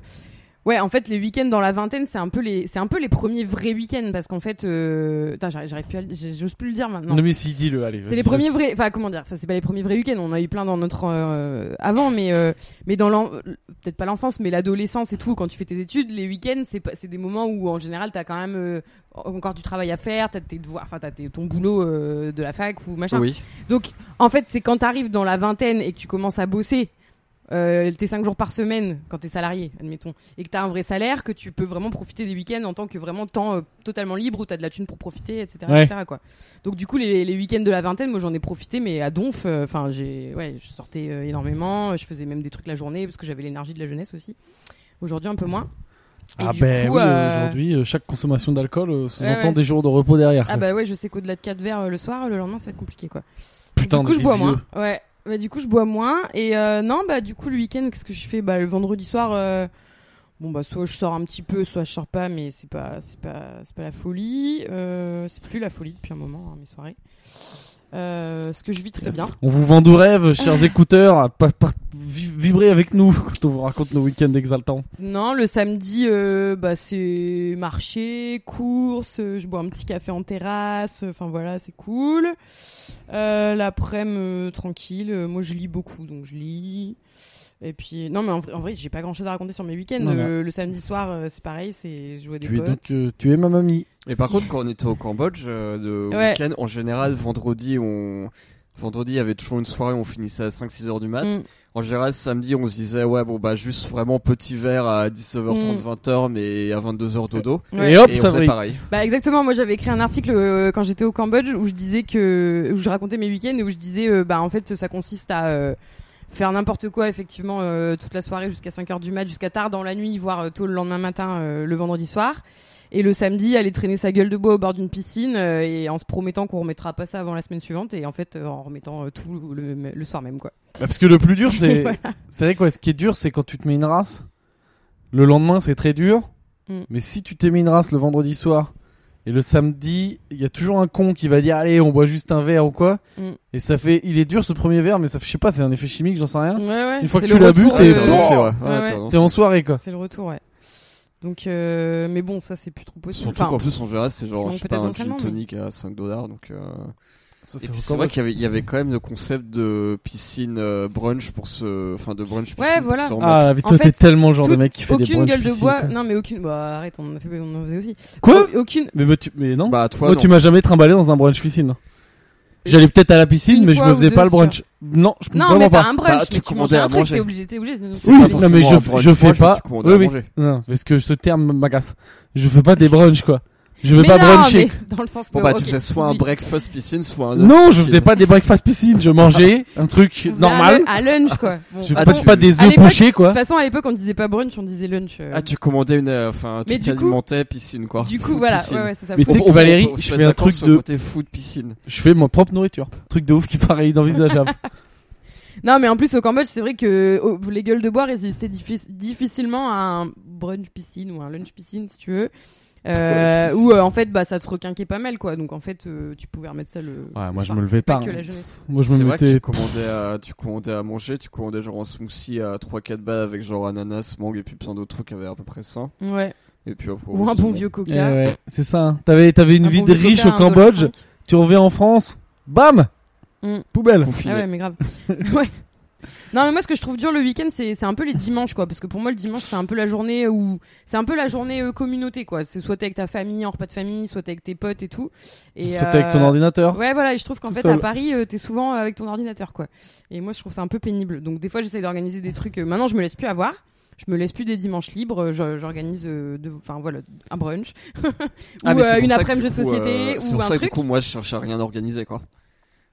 Speaker 2: Ouais, en fait, les week-ends dans la vingtaine, c'est un peu les, c'est un peu les premiers vrais week-ends parce qu'en fait, euh... putain, j'arrive j'arrive plus, à le- j'ose plus le dire maintenant.
Speaker 1: Non mais si, dis-le, allez.
Speaker 2: C'est
Speaker 1: vas-y,
Speaker 2: les
Speaker 1: vas-y.
Speaker 2: premiers vrais, enfin comment dire, enfin, c'est pas les premiers vrais week-ends. On a eu plein dans notre euh, avant, mais euh, mais dans l'en- peut-être pas l'enfance, mais l'adolescence et tout. Quand tu fais tes études, les week-ends, c'est pas- c'est des moments où en général t'as quand même euh, encore du travail à faire, t'as tes devoirs, enfin t'as tes- ton boulot euh, de la fac ou machin.
Speaker 3: oui
Speaker 2: Donc en fait, c'est quand t'arrives dans la vingtaine et que tu commences à bosser. Euh, tes 5 jours par semaine quand t'es salarié admettons et que t'as un vrai salaire que tu peux vraiment profiter des week-ends en tant que vraiment temps euh, totalement libre où t'as de la thune pour profiter etc,
Speaker 1: Ouais.
Speaker 2: etc., quoi. donc du coup les, les week-ends de la vingtaine moi j'en ai profité mais à donf euh, enfin j'ai ouais je sortais euh, énormément euh, je faisais même des trucs la journée parce que j'avais l'énergie de la jeunesse aussi aujourd'hui un peu moins Et
Speaker 1: Ah
Speaker 2: du
Speaker 1: ben
Speaker 2: coup,
Speaker 1: oui,
Speaker 2: euh,
Speaker 1: aujourd'hui, euh, chaque consommation d'alcool euh, sous-entend
Speaker 2: ouais,
Speaker 1: des jours de repos derrière.
Speaker 2: ah
Speaker 1: quoi.
Speaker 2: bah ouais je sais qu'au-delà de 4 verres euh, le soir le lendemain ça va être compliqué quoi
Speaker 1: Putain,
Speaker 2: du coup,
Speaker 1: on
Speaker 2: je bois
Speaker 1: est vieux.
Speaker 2: moins. Ouais. Bah, du coup, je bois moins. Et euh, non, bah, du coup, le week-end, qu'est-ce que je fais Bah, le vendredi soir, euh, bon, bah, soit je sors un petit peu, soit je sors pas, mais c'est pas, c'est pas, c'est pas la folie. Euh, c'est plus la folie depuis un moment, hein, mes soirées. Euh, ce que je vis très bien.
Speaker 1: On vous vend du rêve, chers écouteurs, à pas- pas- vi- vibrer avec nous quand on vous raconte nos week-ends exaltants.
Speaker 2: Non, le samedi, euh, bah, c'est marché, course, euh, je bois un petit café en terrasse, euh, enfin voilà, c'est cool. Euh, L'après-midi, euh, tranquille, euh, moi je lis beaucoup, donc je lis. Et puis, non, mais en vrai, en vrai, j'ai pas grand chose à raconter sur mes week-ends.
Speaker 1: Non, non.
Speaker 2: Euh, le samedi soir, euh, c'est pareil, c'est jouer des
Speaker 1: Tu es
Speaker 2: potes.
Speaker 1: donc, euh, tu es ma mamie.
Speaker 3: mais par contre quand on était au Cambodge euh, le
Speaker 2: Ouais.
Speaker 3: week-end en général vendredi on vendredi il y avait toujours une soirée on finissait à 5 6 heures du mat
Speaker 2: Mm.
Speaker 3: en général samedi on se disait ouais bon bah juste vraiment petit verre à 19h30
Speaker 2: Mm.
Speaker 3: 20h mais à 22h dodo
Speaker 2: Ouais.
Speaker 1: Et hop,
Speaker 3: et on
Speaker 1: ça
Speaker 3: faisait
Speaker 1: brille.
Speaker 3: pareil
Speaker 2: Bah exactement, moi j'avais écrit un article euh, quand j'étais au Cambodge où je disais que où je racontais mes week-ends et où je disais euh, bah en fait ça consiste à euh, faire n'importe quoi effectivement euh, toute la soirée jusqu'à 5h du mat, jusqu'à tard dans la nuit, voire euh, tôt le lendemain matin euh, le vendredi soir et le samedi aller traîner sa gueule de bois au bord d'une piscine euh, et en se promettant qu'on remettra pas ça avant la semaine suivante et en fait euh, en remettant euh, tout le, le soir même quoi.
Speaker 1: Bah, parce que le plus dur, c'est,
Speaker 2: Voilà.
Speaker 1: c'est vrai quoi, ce qui est dur, c'est quand tu te mets une race. Le lendemain, c'est très dur.
Speaker 2: Mm.
Speaker 1: Mais si tu t'es mis une race le vendredi soir et le samedi, il y a toujours un con qui va dire allez, on boit juste un verre ou quoi.
Speaker 2: Mm.
Speaker 1: Et ça fait, il est dur ce premier verre, mais ça, je sais pas, c'est un effet chimique, j'en sais rien.
Speaker 2: Ouais, ouais,
Speaker 1: Ah. Une fois
Speaker 2: c'est
Speaker 1: que
Speaker 2: le
Speaker 1: tu l'as
Speaker 2: retour
Speaker 1: bu, t'es-
Speaker 2: de-
Speaker 1: c'est-
Speaker 3: Ah, Ouais, c'est vrai.
Speaker 2: Ouais, ouais.
Speaker 3: t'as raison.
Speaker 1: T'es en soirée quoi.
Speaker 2: C'est le retour ouais. Donc euh, mais bon ça c'est plus trop possible.
Speaker 3: Surtout
Speaker 2: Enfin,
Speaker 3: qu'en plus en général c'est genre
Speaker 2: manque
Speaker 3: je sais pas
Speaker 2: peut-être
Speaker 3: un gin
Speaker 2: d'entraînement,
Speaker 3: tonic à 5 dollars donc euh,
Speaker 1: Ça,
Speaker 3: et
Speaker 1: au
Speaker 3: puis c'est vrai
Speaker 1: Cambodge.
Speaker 3: qu'il y avait il y avait quand même le concept de piscine euh, brunch pour se enfin de brunch piscine
Speaker 2: Ouais,
Speaker 3: pour
Speaker 2: voilà.
Speaker 3: se remettre.
Speaker 1: Ah, mais
Speaker 2: En
Speaker 1: toi,
Speaker 2: fait,
Speaker 1: t'es tellement le genre de
Speaker 2: toute-
Speaker 1: mec qui fait des
Speaker 2: aucune
Speaker 1: brunchs
Speaker 2: gueule de
Speaker 1: piscine,
Speaker 2: bois.
Speaker 1: quoi.
Speaker 2: Non, mais aucune. Bah arrête, on en, a fait, on en faisait aussi.
Speaker 1: Quoi
Speaker 2: Aucune.
Speaker 1: mais, me tu- mais non.
Speaker 3: bah toi
Speaker 1: Moi,
Speaker 3: non.
Speaker 1: tu m'as jamais trimballé dans un brunch piscine. J'allais peut-être à la piscine,
Speaker 2: Une
Speaker 1: mais je
Speaker 2: fois
Speaker 1: me
Speaker 2: ou
Speaker 1: faisais
Speaker 2: deux
Speaker 1: pas le
Speaker 2: sur-
Speaker 1: brunch. Non, je
Speaker 2: Non, mais
Speaker 1: vraiment
Speaker 2: t'as
Speaker 1: pas.
Speaker 2: un brunch,
Speaker 3: Bah,
Speaker 2: mais tu
Speaker 3: tu commandais
Speaker 2: manges un
Speaker 3: à
Speaker 2: truc,
Speaker 3: manger.
Speaker 2: t'es obligé, t'es obligé.
Speaker 3: C'est
Speaker 1: Oui,
Speaker 3: pas
Speaker 1: non,
Speaker 3: forcément
Speaker 1: mais je-
Speaker 3: un brunch
Speaker 1: je fais
Speaker 3: brunch,
Speaker 1: pas.
Speaker 3: mais tu commandes à
Speaker 1: Oui, oui.
Speaker 3: manger.
Speaker 1: Non, parce que ce terme m'agace. Je fais pas des brunchs, quoi. Je vais
Speaker 2: Mais
Speaker 1: pas
Speaker 2: non,
Speaker 1: bruncher.
Speaker 2: mais Dans le sens
Speaker 3: Bon
Speaker 2: que-
Speaker 3: bah
Speaker 2: ok,
Speaker 3: tu faisais soit un
Speaker 2: oublie.
Speaker 3: breakfast piscine, soit un.
Speaker 1: Non, je faisais
Speaker 3: piscine.
Speaker 1: pas des breakfast piscine. Je mangeais un truc
Speaker 2: On faisait
Speaker 1: normal.
Speaker 2: un- À lunch, quoi. Bon, bah,
Speaker 1: Je
Speaker 2: de
Speaker 3: Ah,
Speaker 1: passe
Speaker 3: tu-
Speaker 1: pas des
Speaker 2: à
Speaker 1: œufs
Speaker 2: l'époque,
Speaker 1: pochés, quoi.
Speaker 2: toute façon, à l'époque, on disait pas brunch, on disait lunch. euh.
Speaker 3: Ah tu commandais une, euh, enfin
Speaker 2: Mais
Speaker 3: tu
Speaker 2: du coup-
Speaker 3: t'alimentais piscine quoi.
Speaker 2: Du coup,
Speaker 3: Food
Speaker 2: voilà,
Speaker 3: piscine.
Speaker 2: ouais, ouais, c'est ça.
Speaker 1: Mais
Speaker 2: Faut-
Speaker 1: t'es-
Speaker 3: On- on-
Speaker 1: Valérie,
Speaker 3: on se
Speaker 1: je
Speaker 3: met
Speaker 1: fais un
Speaker 3: d'accord
Speaker 1: truc
Speaker 3: sur
Speaker 1: de-
Speaker 3: le côté food piscine.
Speaker 1: Je fais ma propre nourriture. Truc de ouf qui paraît inenvisageable.
Speaker 2: Non, mais en plus, au Cambodge, c'est vrai que oh, les gueules de bois résistaient diffi- difficilement à un brunch piscine ou un lunch piscine, si tu veux. Euh,
Speaker 3: Brunch piscine.
Speaker 2: où euh, en fait bah ça te requinquait pas mal quoi donc en fait euh, tu pouvais remettre ça le
Speaker 1: Ouais, moi je
Speaker 2: Enfin,
Speaker 1: me levais
Speaker 2: pas
Speaker 1: tard.
Speaker 2: que
Speaker 1: hein.
Speaker 2: la jeunesse
Speaker 1: Moi je
Speaker 3: C'est
Speaker 1: me
Speaker 3: vrai que tu
Speaker 1: mettais.
Speaker 3: commandais, à, tu commandais à manger, tu commandais genre un smoothie à 3-4 balles avec genre ananas, mangue et puis plein d'autres trucs qui avaient à peu près ça.
Speaker 2: ouais
Speaker 3: Et puis après,
Speaker 2: ou un bon vieux
Speaker 1: Eh
Speaker 2: coca
Speaker 1: ouais, c'est ça. hein. T'avais t'avais
Speaker 3: Ah
Speaker 1: une
Speaker 2: Un
Speaker 1: vie
Speaker 2: bon
Speaker 1: de
Speaker 2: vieux
Speaker 1: riche au
Speaker 2: coca, un dollar
Speaker 1: Cambodge.
Speaker 2: cinq.
Speaker 1: Tu reviens en France, bam,
Speaker 2: Mm.
Speaker 1: poubelle.
Speaker 3: Confiné.
Speaker 2: Ah ouais, mais grave. ouais. Non, mais moi, ce que je trouve dur le week-end, c'est c'est un peu les dimanches, quoi. Parce que pour moi, le dimanche, c'est un peu la journée où. C'est un peu la journée euh, communauté, quoi. C'est soit t'es avec ta famille en repas de famille, soit t'es avec tes potes et tout. Et,
Speaker 1: Soit t'es avec ton
Speaker 2: euh,
Speaker 1: ordinateur.
Speaker 2: Ouais, voilà, et je trouve qu'en
Speaker 1: Tout
Speaker 2: fait, à
Speaker 1: seul.
Speaker 2: Paris, euh, t'es souvent avec ton ordinateur, quoi. Et moi, je trouve ça un peu pénible. Donc, des fois, j'essaie d'organiser des trucs. euh, Maintenant, je me laisse plus avoir. Je me laisse plus des dimanches libres. euh, je- J'organise, euh, de- enfin, voilà, un brunch. ou
Speaker 3: Ah, mais c'est
Speaker 2: euh,
Speaker 3: pour
Speaker 2: une
Speaker 3: ça que,
Speaker 2: après-midi
Speaker 3: du
Speaker 2: de
Speaker 3: coup, euh,
Speaker 2: société,
Speaker 3: C'est
Speaker 2: ou
Speaker 3: pour
Speaker 2: un
Speaker 3: ça que
Speaker 2: truc.
Speaker 3: du coup, moi je cherchais à rien organiser quoi.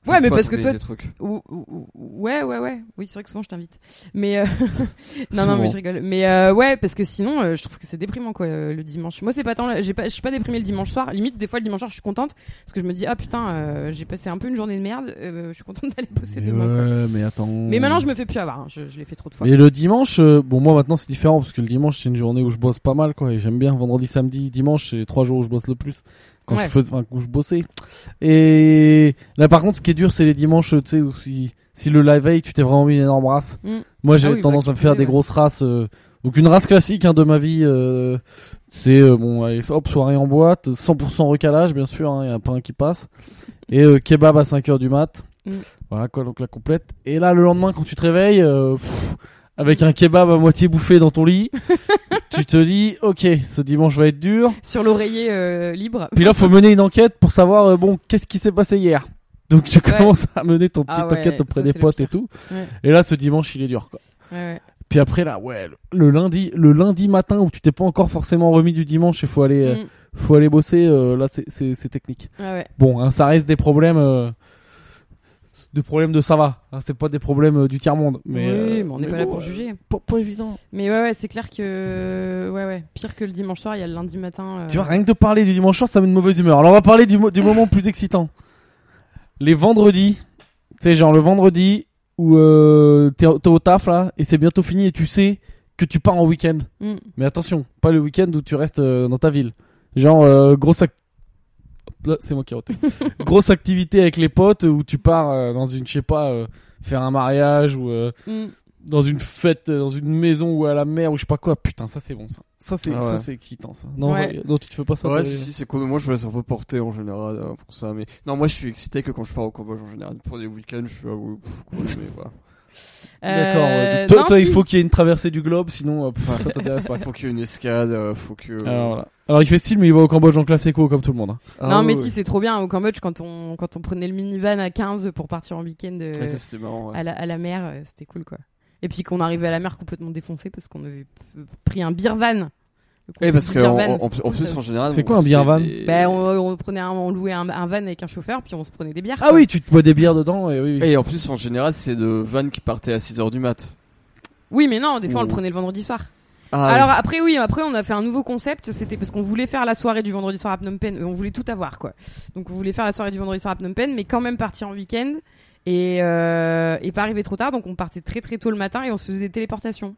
Speaker 2: Ouais, mais
Speaker 3: Faut
Speaker 2: parce que toi,
Speaker 3: organiser des trucs.
Speaker 2: Ou- ou- ou- Ouais, ouais, ouais. Oui, c'est vrai que souvent je t'invite. Mais euh, non, non,
Speaker 3: Souvent.
Speaker 2: mais je rigole. Mais euh, ouais, parce que sinon, euh, je trouve que c'est déprimant quoi euh, le dimanche. Moi, c'est pas tant. le- j'ai pas- Je suis pas déprimée le dimanche soir. Limite, des fois le dimanche soir, je suis contente parce que je me dis ah putain, euh, j'ai passé un peu une journée de merde. euh, je suis contente d'aller bosser
Speaker 1: Mais
Speaker 2: demain. quoi.
Speaker 1: ouais, mais attends.
Speaker 2: Mais maintenant, je me fais plus avoir. hein. Je, je l'ai fait trop de fois.
Speaker 1: Et le dimanche, euh, bon moi maintenant c'est différent parce que le dimanche c'est une journée où je bosse pas mal quoi et j'aime bien vendredi, samedi, dimanche c'est les trois jours où je bosse le plus quand
Speaker 2: Ouais.
Speaker 1: je faisais, enfin, où je bossais. Et là par contre ce qui est dur c'est les dimanches euh, tu sais où si si le live veille tu t'es vraiment mis une énorme race.
Speaker 2: Mm.
Speaker 1: Moi j'avais
Speaker 2: oui, bah,
Speaker 1: tendance
Speaker 2: qui
Speaker 1: à me faire
Speaker 2: faisait,
Speaker 1: des
Speaker 2: ouais.
Speaker 1: grosses races. euh, donc une race classique hein, de ma vie, euh, c'est euh, bon allez, hop soirée en boîte, 100% recalage bien sûr, il y a pas un qui passe et euh, kebab à 5 heures du mat.
Speaker 2: Mm.
Speaker 1: Voilà quoi, donc la complète. Et là, le lendemain, quand tu te réveilles, euh, pff, avec un kebab à moitié bouffé dans ton lit, tu te dis, ok, ce dimanche va être dur.
Speaker 2: Sur l'oreiller euh, libre.
Speaker 1: Puis là, faut mener une enquête pour savoir, euh, bon, qu'est-ce qui s'est passé hier. Donc tu commences à mener ton
Speaker 2: Ah
Speaker 1: petite
Speaker 2: ouais,
Speaker 1: enquête auprès
Speaker 2: ça,
Speaker 1: des
Speaker 2: c'est le
Speaker 1: potes
Speaker 2: pire.
Speaker 1: et tout.
Speaker 2: Ouais.
Speaker 1: Et là, ce dimanche, il est dur, quoi.
Speaker 2: Ouais, ouais.
Speaker 1: Puis après, là, ouais, le, le lundi, le lundi matin où tu t'es pas encore forcément remis du dimanche et faut aller, euh,
Speaker 2: Mm.
Speaker 1: faut aller bosser, euh, là, c'est- c'est c'est technique.
Speaker 2: Ouais, ouais.
Speaker 1: Bon, hein, ça reste des problèmes. euh, de problèmes de ça va. hein, c'est pas des problèmes euh, du tiers-monde. Mais,
Speaker 2: oui,
Speaker 1: euh,
Speaker 2: mais on n'est
Speaker 1: mais
Speaker 2: pas là
Speaker 1: bon,
Speaker 2: pour
Speaker 1: euh,
Speaker 2: juger. Euh.
Speaker 1: pas, pas évident.
Speaker 2: Mais ouais, ouais, c'est clair que ouais, ouais. Pire que le dimanche soir, il y a le lundi matin. euh,
Speaker 1: Tu vois, rien que de parler du dimanche soir, ça met de mauvaise humeur. Alors, on va parler du, mo- du moment plus excitant. Les vendredis. Tu sais, genre le vendredi où euh, t'es t'es au taf là et c'est bientôt fini et tu sais que tu pars en week-end.
Speaker 2: Mm.
Speaker 1: Mais attention, pas le week-end où tu restes euh, dans ta ville. Genre, euh, grosse ac- Hop là, c'est moi qui ai raté. grosse activité avec les potes où tu pars euh, dans une, je sais pas, euh, faire un mariage ou euh,
Speaker 2: Mm.
Speaker 1: dans une fête, euh, dans une maison ou à la mer ou je sais pas quoi. Putain, ça c'est bon ça. Ça c'est
Speaker 3: Ah
Speaker 1: ça
Speaker 3: ouais.
Speaker 1: c'est excitant ça. Non,
Speaker 2: Ouais.
Speaker 1: euh, non, tu te fais pas ça.
Speaker 3: Ouais,
Speaker 1: t'as-
Speaker 3: si, si, c'est cool. mais Moi, je me laisse un peu porter en général euh, pour ça. Mais non, moi, je suis excité que quand je pars au Cambodge en général. Pour les week-ends, je suis là, ouais, pff, cool, mais voilà.
Speaker 1: D'accord.
Speaker 2: Euh,
Speaker 1: ouais. Toi,
Speaker 2: non,
Speaker 1: toi, il
Speaker 2: si.
Speaker 1: faut qu'il y ait une traversée du globe, sinon euh, pff, ça t'intéresse pas.
Speaker 3: Faut qu'il y ait une escale, euh, faut que.
Speaker 1: Alors, voilà. Alors il fait style, mais il va au Cambodge en classe éco comme tout le monde. hein.
Speaker 3: Ah,
Speaker 2: non,
Speaker 3: ouais,
Speaker 2: mais
Speaker 3: ouais.
Speaker 2: si, c'est trop bien. Au Cambodge, quand on, quand on prenait le minivan à 15 pour partir en week-end euh,
Speaker 3: Ouais, ça, c'était marrant. ouais.
Speaker 2: à, la, à la mer, euh, c'était cool, quoi. Et puis qu'on arrivait à la mer complètement défoncé parce qu'on avait p- pris un beer van. Le
Speaker 3: Oui, parce
Speaker 2: concept
Speaker 3: que
Speaker 2: du beer
Speaker 3: en,
Speaker 2: van,
Speaker 3: en- en
Speaker 2: c'était cool,
Speaker 3: plus,
Speaker 2: ça
Speaker 3: en
Speaker 2: aussi.
Speaker 3: général.
Speaker 1: C'est
Speaker 3: on-
Speaker 1: quoi un beer
Speaker 3: c'était
Speaker 1: van
Speaker 3: des-
Speaker 2: Bah, on, on prenait un, on louait un, un van avec un chauffeur, puis on se prenait des bières.
Speaker 1: Ah
Speaker 2: quoi.
Speaker 1: oui, tu te bois des bières dedans et oui. oui.
Speaker 3: Et en plus, en général, c'est de van qui partait à 6h du mat.
Speaker 2: Oui, mais non, des fois on le
Speaker 3: Ouh.
Speaker 2: prenait le vendredi soir.
Speaker 3: Ah,
Speaker 2: Alors
Speaker 3: oui.
Speaker 2: après oui, après on a fait un nouveau concept, c'était parce qu'on voulait faire la soirée du vendredi soir à Phnom Penh, euh, on voulait tout avoir quoi. Donc on voulait faire la soirée du vendredi soir à Phnom Penh, mais quand même partir en week-end et, euh, et pas arriver trop tard, donc on partait très très tôt le matin et on se faisait des téléportations.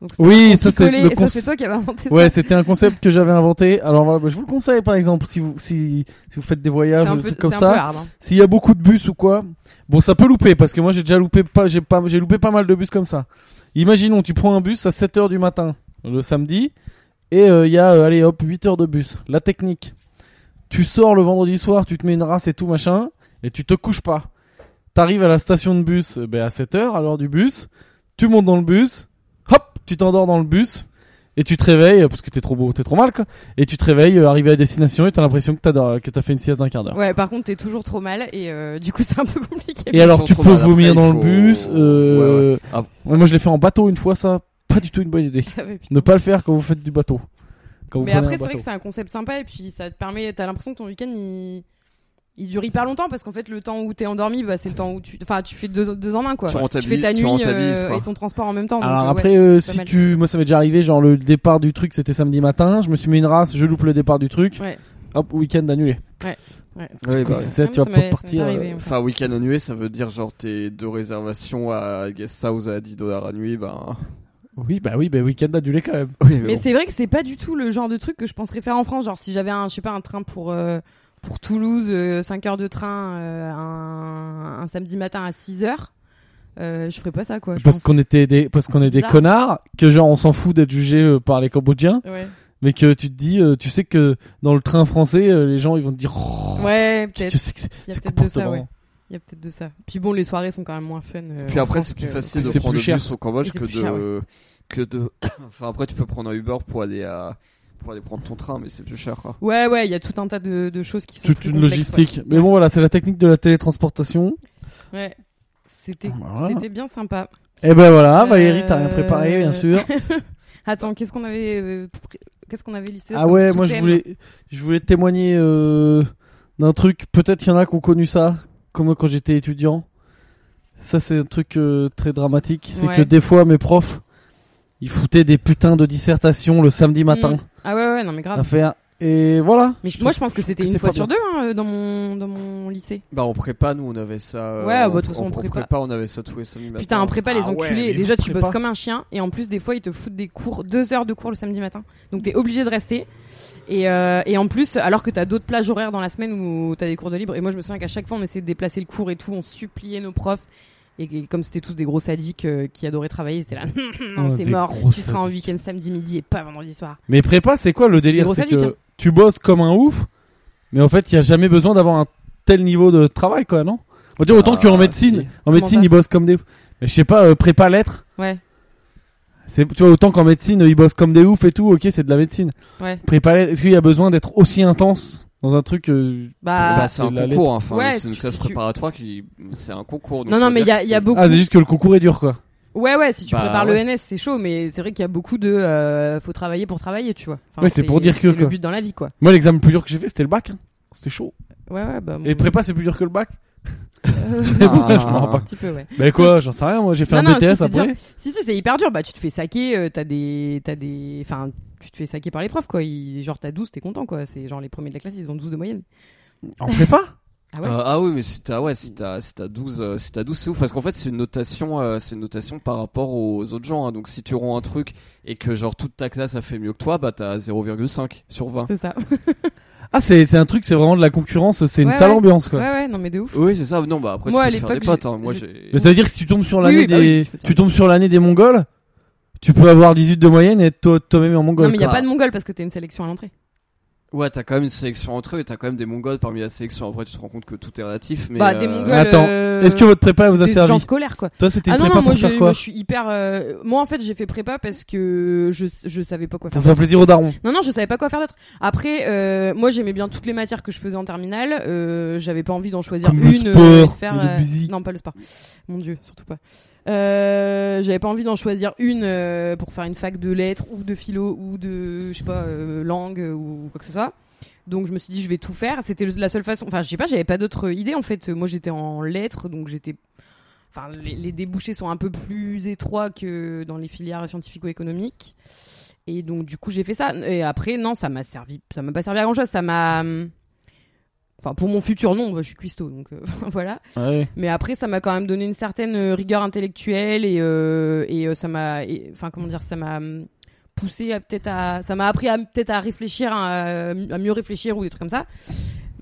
Speaker 2: Donc, c'était
Speaker 1: Oui,
Speaker 2: un
Speaker 1: ça,
Speaker 2: petit
Speaker 1: c'est
Speaker 2: collet,
Speaker 1: le
Speaker 2: et ça,
Speaker 1: conce-
Speaker 2: c'est toi qui avais inventé
Speaker 1: Ouais,
Speaker 2: ça.
Speaker 1: c'était un concept que j'avais inventé. Alors voilà, bah, je vous le conseille par exemple si vous si, si vous faites des voyages
Speaker 2: C'est
Speaker 1: ou
Speaker 2: un
Speaker 1: des
Speaker 2: peu,
Speaker 1: trucs comme
Speaker 2: c'est un peu
Speaker 1: ça,
Speaker 2: hard, hein.
Speaker 1: s'il y a beaucoup de bus ou quoi. Bon, ça peut louper parce que moi j'ai déjà loupé pas j'ai pas j'ai loupé pas mal de bus comme ça. Imaginons tu prends un bus à 7h du matin le samedi et euh, il y a euh, allez hop 8 heures de bus. La technique. Tu sors le vendredi soir, tu te mets une race et tout machin et tu te couches pas. T'arrives à la station de bus eh euh, ben, à 7h à l'heure du bus, tu montes dans le bus, hop, tu t'endors dans le bus Et tu te réveilles euh, parce que t'es trop beau, t'es trop mal quoi. Et tu te réveilles, euh, arrivé à destination, et t'as l'impression que t'as dans- que t'as fait une sieste d'un quart d'heure.
Speaker 2: Ouais, par contre, t'es toujours trop mal et euh, du coup, c'est un peu compliqué.
Speaker 1: Et alors tu
Speaker 3: trop
Speaker 1: peux
Speaker 3: mal, après,
Speaker 1: vomir
Speaker 3: il
Speaker 1: dans
Speaker 3: faut-
Speaker 1: le bus. euh,
Speaker 3: Ouais, ouais. Ah.
Speaker 1: ouais, moi je l'ai fait en bateau une fois, ça pas du tout une bonne idée.
Speaker 2: Ah ouais, putain.
Speaker 1: Ne pas le faire quand vous faites du bateau. Quand vous
Speaker 2: Mais
Speaker 1: prenez
Speaker 2: après,
Speaker 1: un
Speaker 2: c'est vrai
Speaker 1: bateau.
Speaker 2: que c'est un concept sympa et puis ça te permet, t'as l'impression que ton week-end il... il dure hyper longtemps parce qu'en fait, le temps où t'es endormi, bah, c'est le temps où tu. Enfin, tu fais deux, deux en main quoi.
Speaker 3: Tu
Speaker 2: fais ta
Speaker 3: rentabilises- tu
Speaker 2: nuit
Speaker 3: rentabilises,
Speaker 2: euh,
Speaker 3: quoi.
Speaker 2: et ton transport en même temps. donc,
Speaker 1: Alors
Speaker 2: euh, ouais,
Speaker 1: après, euh,
Speaker 2: c'est pas
Speaker 1: si
Speaker 2: mal.
Speaker 1: tu, moi ça m'est déjà arrivé, genre le départ du truc c'était samedi matin, je me suis mis une race, je loupe le départ du truc,
Speaker 2: Ouais.
Speaker 1: hop week-end annulé.
Speaker 2: Ouais.
Speaker 1: Du coup, c'est
Speaker 3: bah, ouais.
Speaker 1: ça,
Speaker 2: Ah,
Speaker 1: tu vas
Speaker 2: mais ça
Speaker 1: pas
Speaker 2: m'est-
Speaker 1: partir.
Speaker 2: ça m'est
Speaker 1: euh,
Speaker 2: arrivé, ouais.
Speaker 3: Enfin, week-end annulé, ça veut dire genre tes deux réservations à guest house à 10 dollars à nuit, ben.
Speaker 1: Oui bah oui bah week-end annulé quand même.
Speaker 3: Oui,
Speaker 2: Mais
Speaker 3: bon.
Speaker 2: c'est vrai que c'est pas du tout le genre de truc que je penserais faire en France. Genre, si j'avais un, je sais pas, un train pour, euh, pour Toulouse, 5 heures de train, euh, un, un samedi matin à 6 heures, euh, je ferais pas ça, quoi. je
Speaker 1: Parce
Speaker 2: pense.
Speaker 1: qu'on était des, parce qu'on
Speaker 2: C'est
Speaker 1: est des
Speaker 2: bizarre.
Speaker 1: connards, que genre on s'en fout d'être jugé euh, par les Cambodgiens,
Speaker 2: Ouais,
Speaker 1: mais que tu te dis, euh, tu sais que dans le train français, euh, les gens ils vont te dire, Oh,
Speaker 2: ouais
Speaker 1: qu'est-ce
Speaker 2: peut-être.
Speaker 1: que c'est que c'est-
Speaker 2: Il y a
Speaker 1: ce
Speaker 2: peut-être de ça,
Speaker 1: comportement
Speaker 2: ouais. Il y a peut-être de ça. Puis bon, les soirées sont quand même moins fun. euh,
Speaker 3: Puis
Speaker 2: en
Speaker 3: après,
Speaker 2: France
Speaker 3: c'est plus
Speaker 2: que-
Speaker 3: facile
Speaker 1: que
Speaker 3: de
Speaker 1: c'est
Speaker 3: prendre
Speaker 1: plus
Speaker 3: le
Speaker 1: cher.
Speaker 3: bus au Cambodge
Speaker 2: Et c'est
Speaker 3: que de,
Speaker 2: plus cher, ouais.
Speaker 3: que de. Enfin, après, tu peux prendre un Uber pour aller à. Pour aller prendre ton train, mais c'est plus cher quoi.
Speaker 2: Ouais, ouais, il y a tout un tas de, de choses qui sont.
Speaker 1: Toute
Speaker 2: plus
Speaker 1: une
Speaker 2: complexes,
Speaker 1: logistique.
Speaker 2: ouais.
Speaker 1: Mais bon voilà, c'est la technique de la télétransportation.
Speaker 2: Ouais. C'était
Speaker 1: Ah, bah Voilà.
Speaker 2: c'était bien sympa.
Speaker 1: Et ben voilà, Valérie,
Speaker 2: Euh,
Speaker 1: t'as rien préparé bien sûr.
Speaker 2: Attends, qu'est-ce qu'on avait euh, pré- qu'est-ce qu'on avait listé
Speaker 1: Ah
Speaker 2: comme
Speaker 1: ouais, moi je
Speaker 2: sous-thème
Speaker 1: voulais, je voulais témoigner euh, d'un truc. Peut-être qu'il y en a qui ont connu ça, comme moi quand j'étais étudiant. Ça, c'est un truc euh, très dramatique. C'est
Speaker 2: Ouais.
Speaker 1: que des fois, mes profs, ils foutaient des putains de dissertations le samedi matin
Speaker 2: Mm. Ah ouais, ouais, non mais grave.
Speaker 1: à faire. Et voilà.
Speaker 2: Mais moi, je pense que
Speaker 1: trouve
Speaker 2: c'était une
Speaker 1: c'est
Speaker 2: fois
Speaker 1: pas
Speaker 2: sur
Speaker 1: bien.
Speaker 2: deux hein, euh, dans mon dans mon lycée.
Speaker 3: Bah, en prépa, nous on avait ça. euh,
Speaker 2: Ouais, bah,
Speaker 3: en-
Speaker 2: de toute façon, en prépa.
Speaker 3: on avait ça tous les samedis matin.
Speaker 2: Putain, en prépa, les
Speaker 1: Ah ouais,
Speaker 2: enculés.
Speaker 1: mais
Speaker 2: déjà,
Speaker 1: vous
Speaker 2: tu
Speaker 1: prépa.
Speaker 2: bosses comme un chien, et en plus, des fois, ils te foutent des cours, deux heures de cours le samedi matin. Donc, t'es obligé de rester. Et, euh, et en plus, alors que t'as d'autres plages horaires dans la semaine où t'as des cours de libre. Et moi, je me souviens qu'à chaque fois, on essayait de déplacer le cours et tout, on suppliait nos profs. Et, et comme c'était tous des gros sadiques euh, qui adoraient travailler, ils étaient là, non,
Speaker 1: Ouais,
Speaker 2: c'est
Speaker 1: Oh, des
Speaker 2: mort,
Speaker 1: gros
Speaker 2: tu seras en
Speaker 1: sadiques.
Speaker 2: week-end samedi midi et pas vendredi soir.
Speaker 1: Mais prépa, c'est quoi le délire
Speaker 2: gros
Speaker 1: C'est
Speaker 2: sadique, hein.
Speaker 1: que tu bosses comme un ouf, mais en fait, il y a jamais besoin d'avoir un tel niveau de travail, quoi, non On va dire autant
Speaker 3: Ah,
Speaker 1: qu'en médecine,
Speaker 3: si.
Speaker 1: en médecine,
Speaker 2: ça
Speaker 1: ils bossent comme des. Mais je sais pas, euh, prépa lettres.
Speaker 2: Ouais,
Speaker 1: C'est, tu vois, autant qu'en médecine, ils bossent comme des oufs et tout, ok, c'est de la médecine.
Speaker 2: ouais.
Speaker 1: Prépa lettres, est-ce qu'il y a besoin d'être aussi intense dans un truc euh,
Speaker 2: Bah,
Speaker 3: Bah, c'est un
Speaker 1: c'est la
Speaker 3: concours, hein. enfin,
Speaker 2: Ouais,
Speaker 3: c'est une
Speaker 2: tu-
Speaker 3: classe
Speaker 2: tu-
Speaker 3: préparatoire qui. C'est un concours. donc
Speaker 2: Non,
Speaker 3: ça
Speaker 2: non,
Speaker 3: veut
Speaker 2: mais
Speaker 3: dire
Speaker 2: il y a-
Speaker 3: que
Speaker 2: il y a
Speaker 3: c'était-
Speaker 2: beaucoup.
Speaker 1: Ah, c'est juste que le concours est dur, quoi.
Speaker 2: ouais, ouais, si tu
Speaker 3: Bah,
Speaker 2: prépares
Speaker 3: ouais.
Speaker 2: le NS, c'est chaud, mais c'est vrai qu'il y a beaucoup de. euh, faut travailler pour travailler, tu vois. Enfin,
Speaker 1: Ouais, c'est pour dire que,
Speaker 2: C'est le
Speaker 1: quoi.
Speaker 2: but dans la vie, quoi.
Speaker 1: Moi, l'examen le plus dur que j'ai fait, c'était le bac. hein. C'était chaud.
Speaker 2: Ouais, ouais, bah.
Speaker 1: Et
Speaker 2: mon-
Speaker 1: prépa, c'est plus dur que le bac
Speaker 2: Euh,
Speaker 1: Ah, Je m'en rends
Speaker 2: un
Speaker 1: pas.
Speaker 2: petit peu, ouais.
Speaker 1: Mais quoi, j'en sais rien, moi, j'ai fait
Speaker 2: Non,
Speaker 1: un
Speaker 2: non, si,
Speaker 1: BTS
Speaker 2: c'est
Speaker 1: après.
Speaker 2: dur. Si, si, c'est hyper dur. Bah, tu te fais saquer, euh, t'as des. T'as des. Enfin, tu te fais saquer par les profs, quoi. Ils- Genre, t'as 12, t'es content, quoi. C'est genre les premiers de la classe, ils ont 12 de moyenne.
Speaker 1: En prépa
Speaker 2: Ah ouais
Speaker 3: Euh, ah oui, mais si t'as ouais, si t'as si t'as 12, euh, si t'as 12 c'est ouf parce qu'en fait c'est une notation, euh, c'est une notation par rapport aux autres gens. hein. Donc si tu rends un truc et que genre toute ta classe a fait mieux que toi, bah t'as 0,5 sur 20.
Speaker 2: C'est ça.
Speaker 1: Ah, c'est, c'est un truc, c'est vraiment de la concurrence, c'est une
Speaker 2: Ouais,
Speaker 1: sale
Speaker 2: ouais.
Speaker 1: ambiance, quoi.
Speaker 2: Ouais, ouais, non, mais de ouf.
Speaker 3: Oui, c'est ça. Non, bah après
Speaker 2: Moi, à
Speaker 3: tu peux te faire des
Speaker 2: l'époque,
Speaker 3: potes. hein. Moi
Speaker 2: j'ai-
Speaker 3: j'ai.
Speaker 1: Mais ça veut dire que si tu tombes sur l'année
Speaker 2: Oui, oui, bah
Speaker 1: des,
Speaker 2: oui, tu peux te
Speaker 1: tu tombes sur l'année des Mongols, tu peux avoir 18 de moyenne et être toi, toi-même en
Speaker 2: Non,
Speaker 1: Mongol.
Speaker 2: mais il y a
Speaker 3: quoi.
Speaker 2: pas de mongol parce que t'es une sélection à l'entrée.
Speaker 3: Ouais, t'as quand même une sélection entre eux et t'as quand même des Mongols parmi la sélection. Après tu te rends compte que tout est relatif. Mais
Speaker 2: bah,
Speaker 3: euh,
Speaker 2: des mongols.
Speaker 1: Attends,
Speaker 2: euh,
Speaker 1: Est-ce que votre prépa vous a
Speaker 2: des
Speaker 1: servi
Speaker 2: gens scolaires, quoi.
Speaker 1: Toi, c'était une
Speaker 2: Ah non,
Speaker 1: prépa
Speaker 2: non, moi
Speaker 1: pour
Speaker 2: je,
Speaker 1: faire
Speaker 2: moi,
Speaker 1: quoi
Speaker 2: je suis hyper. euh, Moi en fait, j'ai fait prépa parce que je, je savais pas quoi faire.
Speaker 1: Pour faire plaisir aux darons.
Speaker 2: Non, non, je savais pas quoi faire d'autre. Après, euh, moi, j'aimais bien toutes les matières que je faisais en terminale. Euh, j'avais pas envie d'en choisir
Speaker 1: Comme le
Speaker 2: une.
Speaker 1: sport,
Speaker 2: euh, et de faire,
Speaker 1: ou la musique.
Speaker 2: Non, pas le sport. Mon Dieu, surtout pas. Euh, j'avais pas envie d'en choisir une euh, pour faire une fac de lettres ou de philo ou de, je sais pas, euh, langue euh, ou quoi que ce soit. Donc je me suis dit je vais tout faire. C'était le- la seule façon. Enfin je sais pas, j'avais pas d'autre idée en fait. Moi j'étais en lettres, donc j'étais. Enfin les, les débouchés sont un peu plus étroits que dans les filières scientifico-économiques. Et donc du coup j'ai fait ça. Et après non, ça m'a servi. Ça m'a pas servi à grand chose. Ça m'a. hum, Enfin pour mon futur non, je suis cuistot donc euh, voilà. Mais après, ça m'a quand même donné une certaine euh, rigueur intellectuelle et, euh, et euh, ça m'a, et- enfin comment dire, ça m'a hum, poussé à peut-être à, ça m'a appris à peut-être à réfléchir, à, à mieux réfléchir ou des trucs comme ça.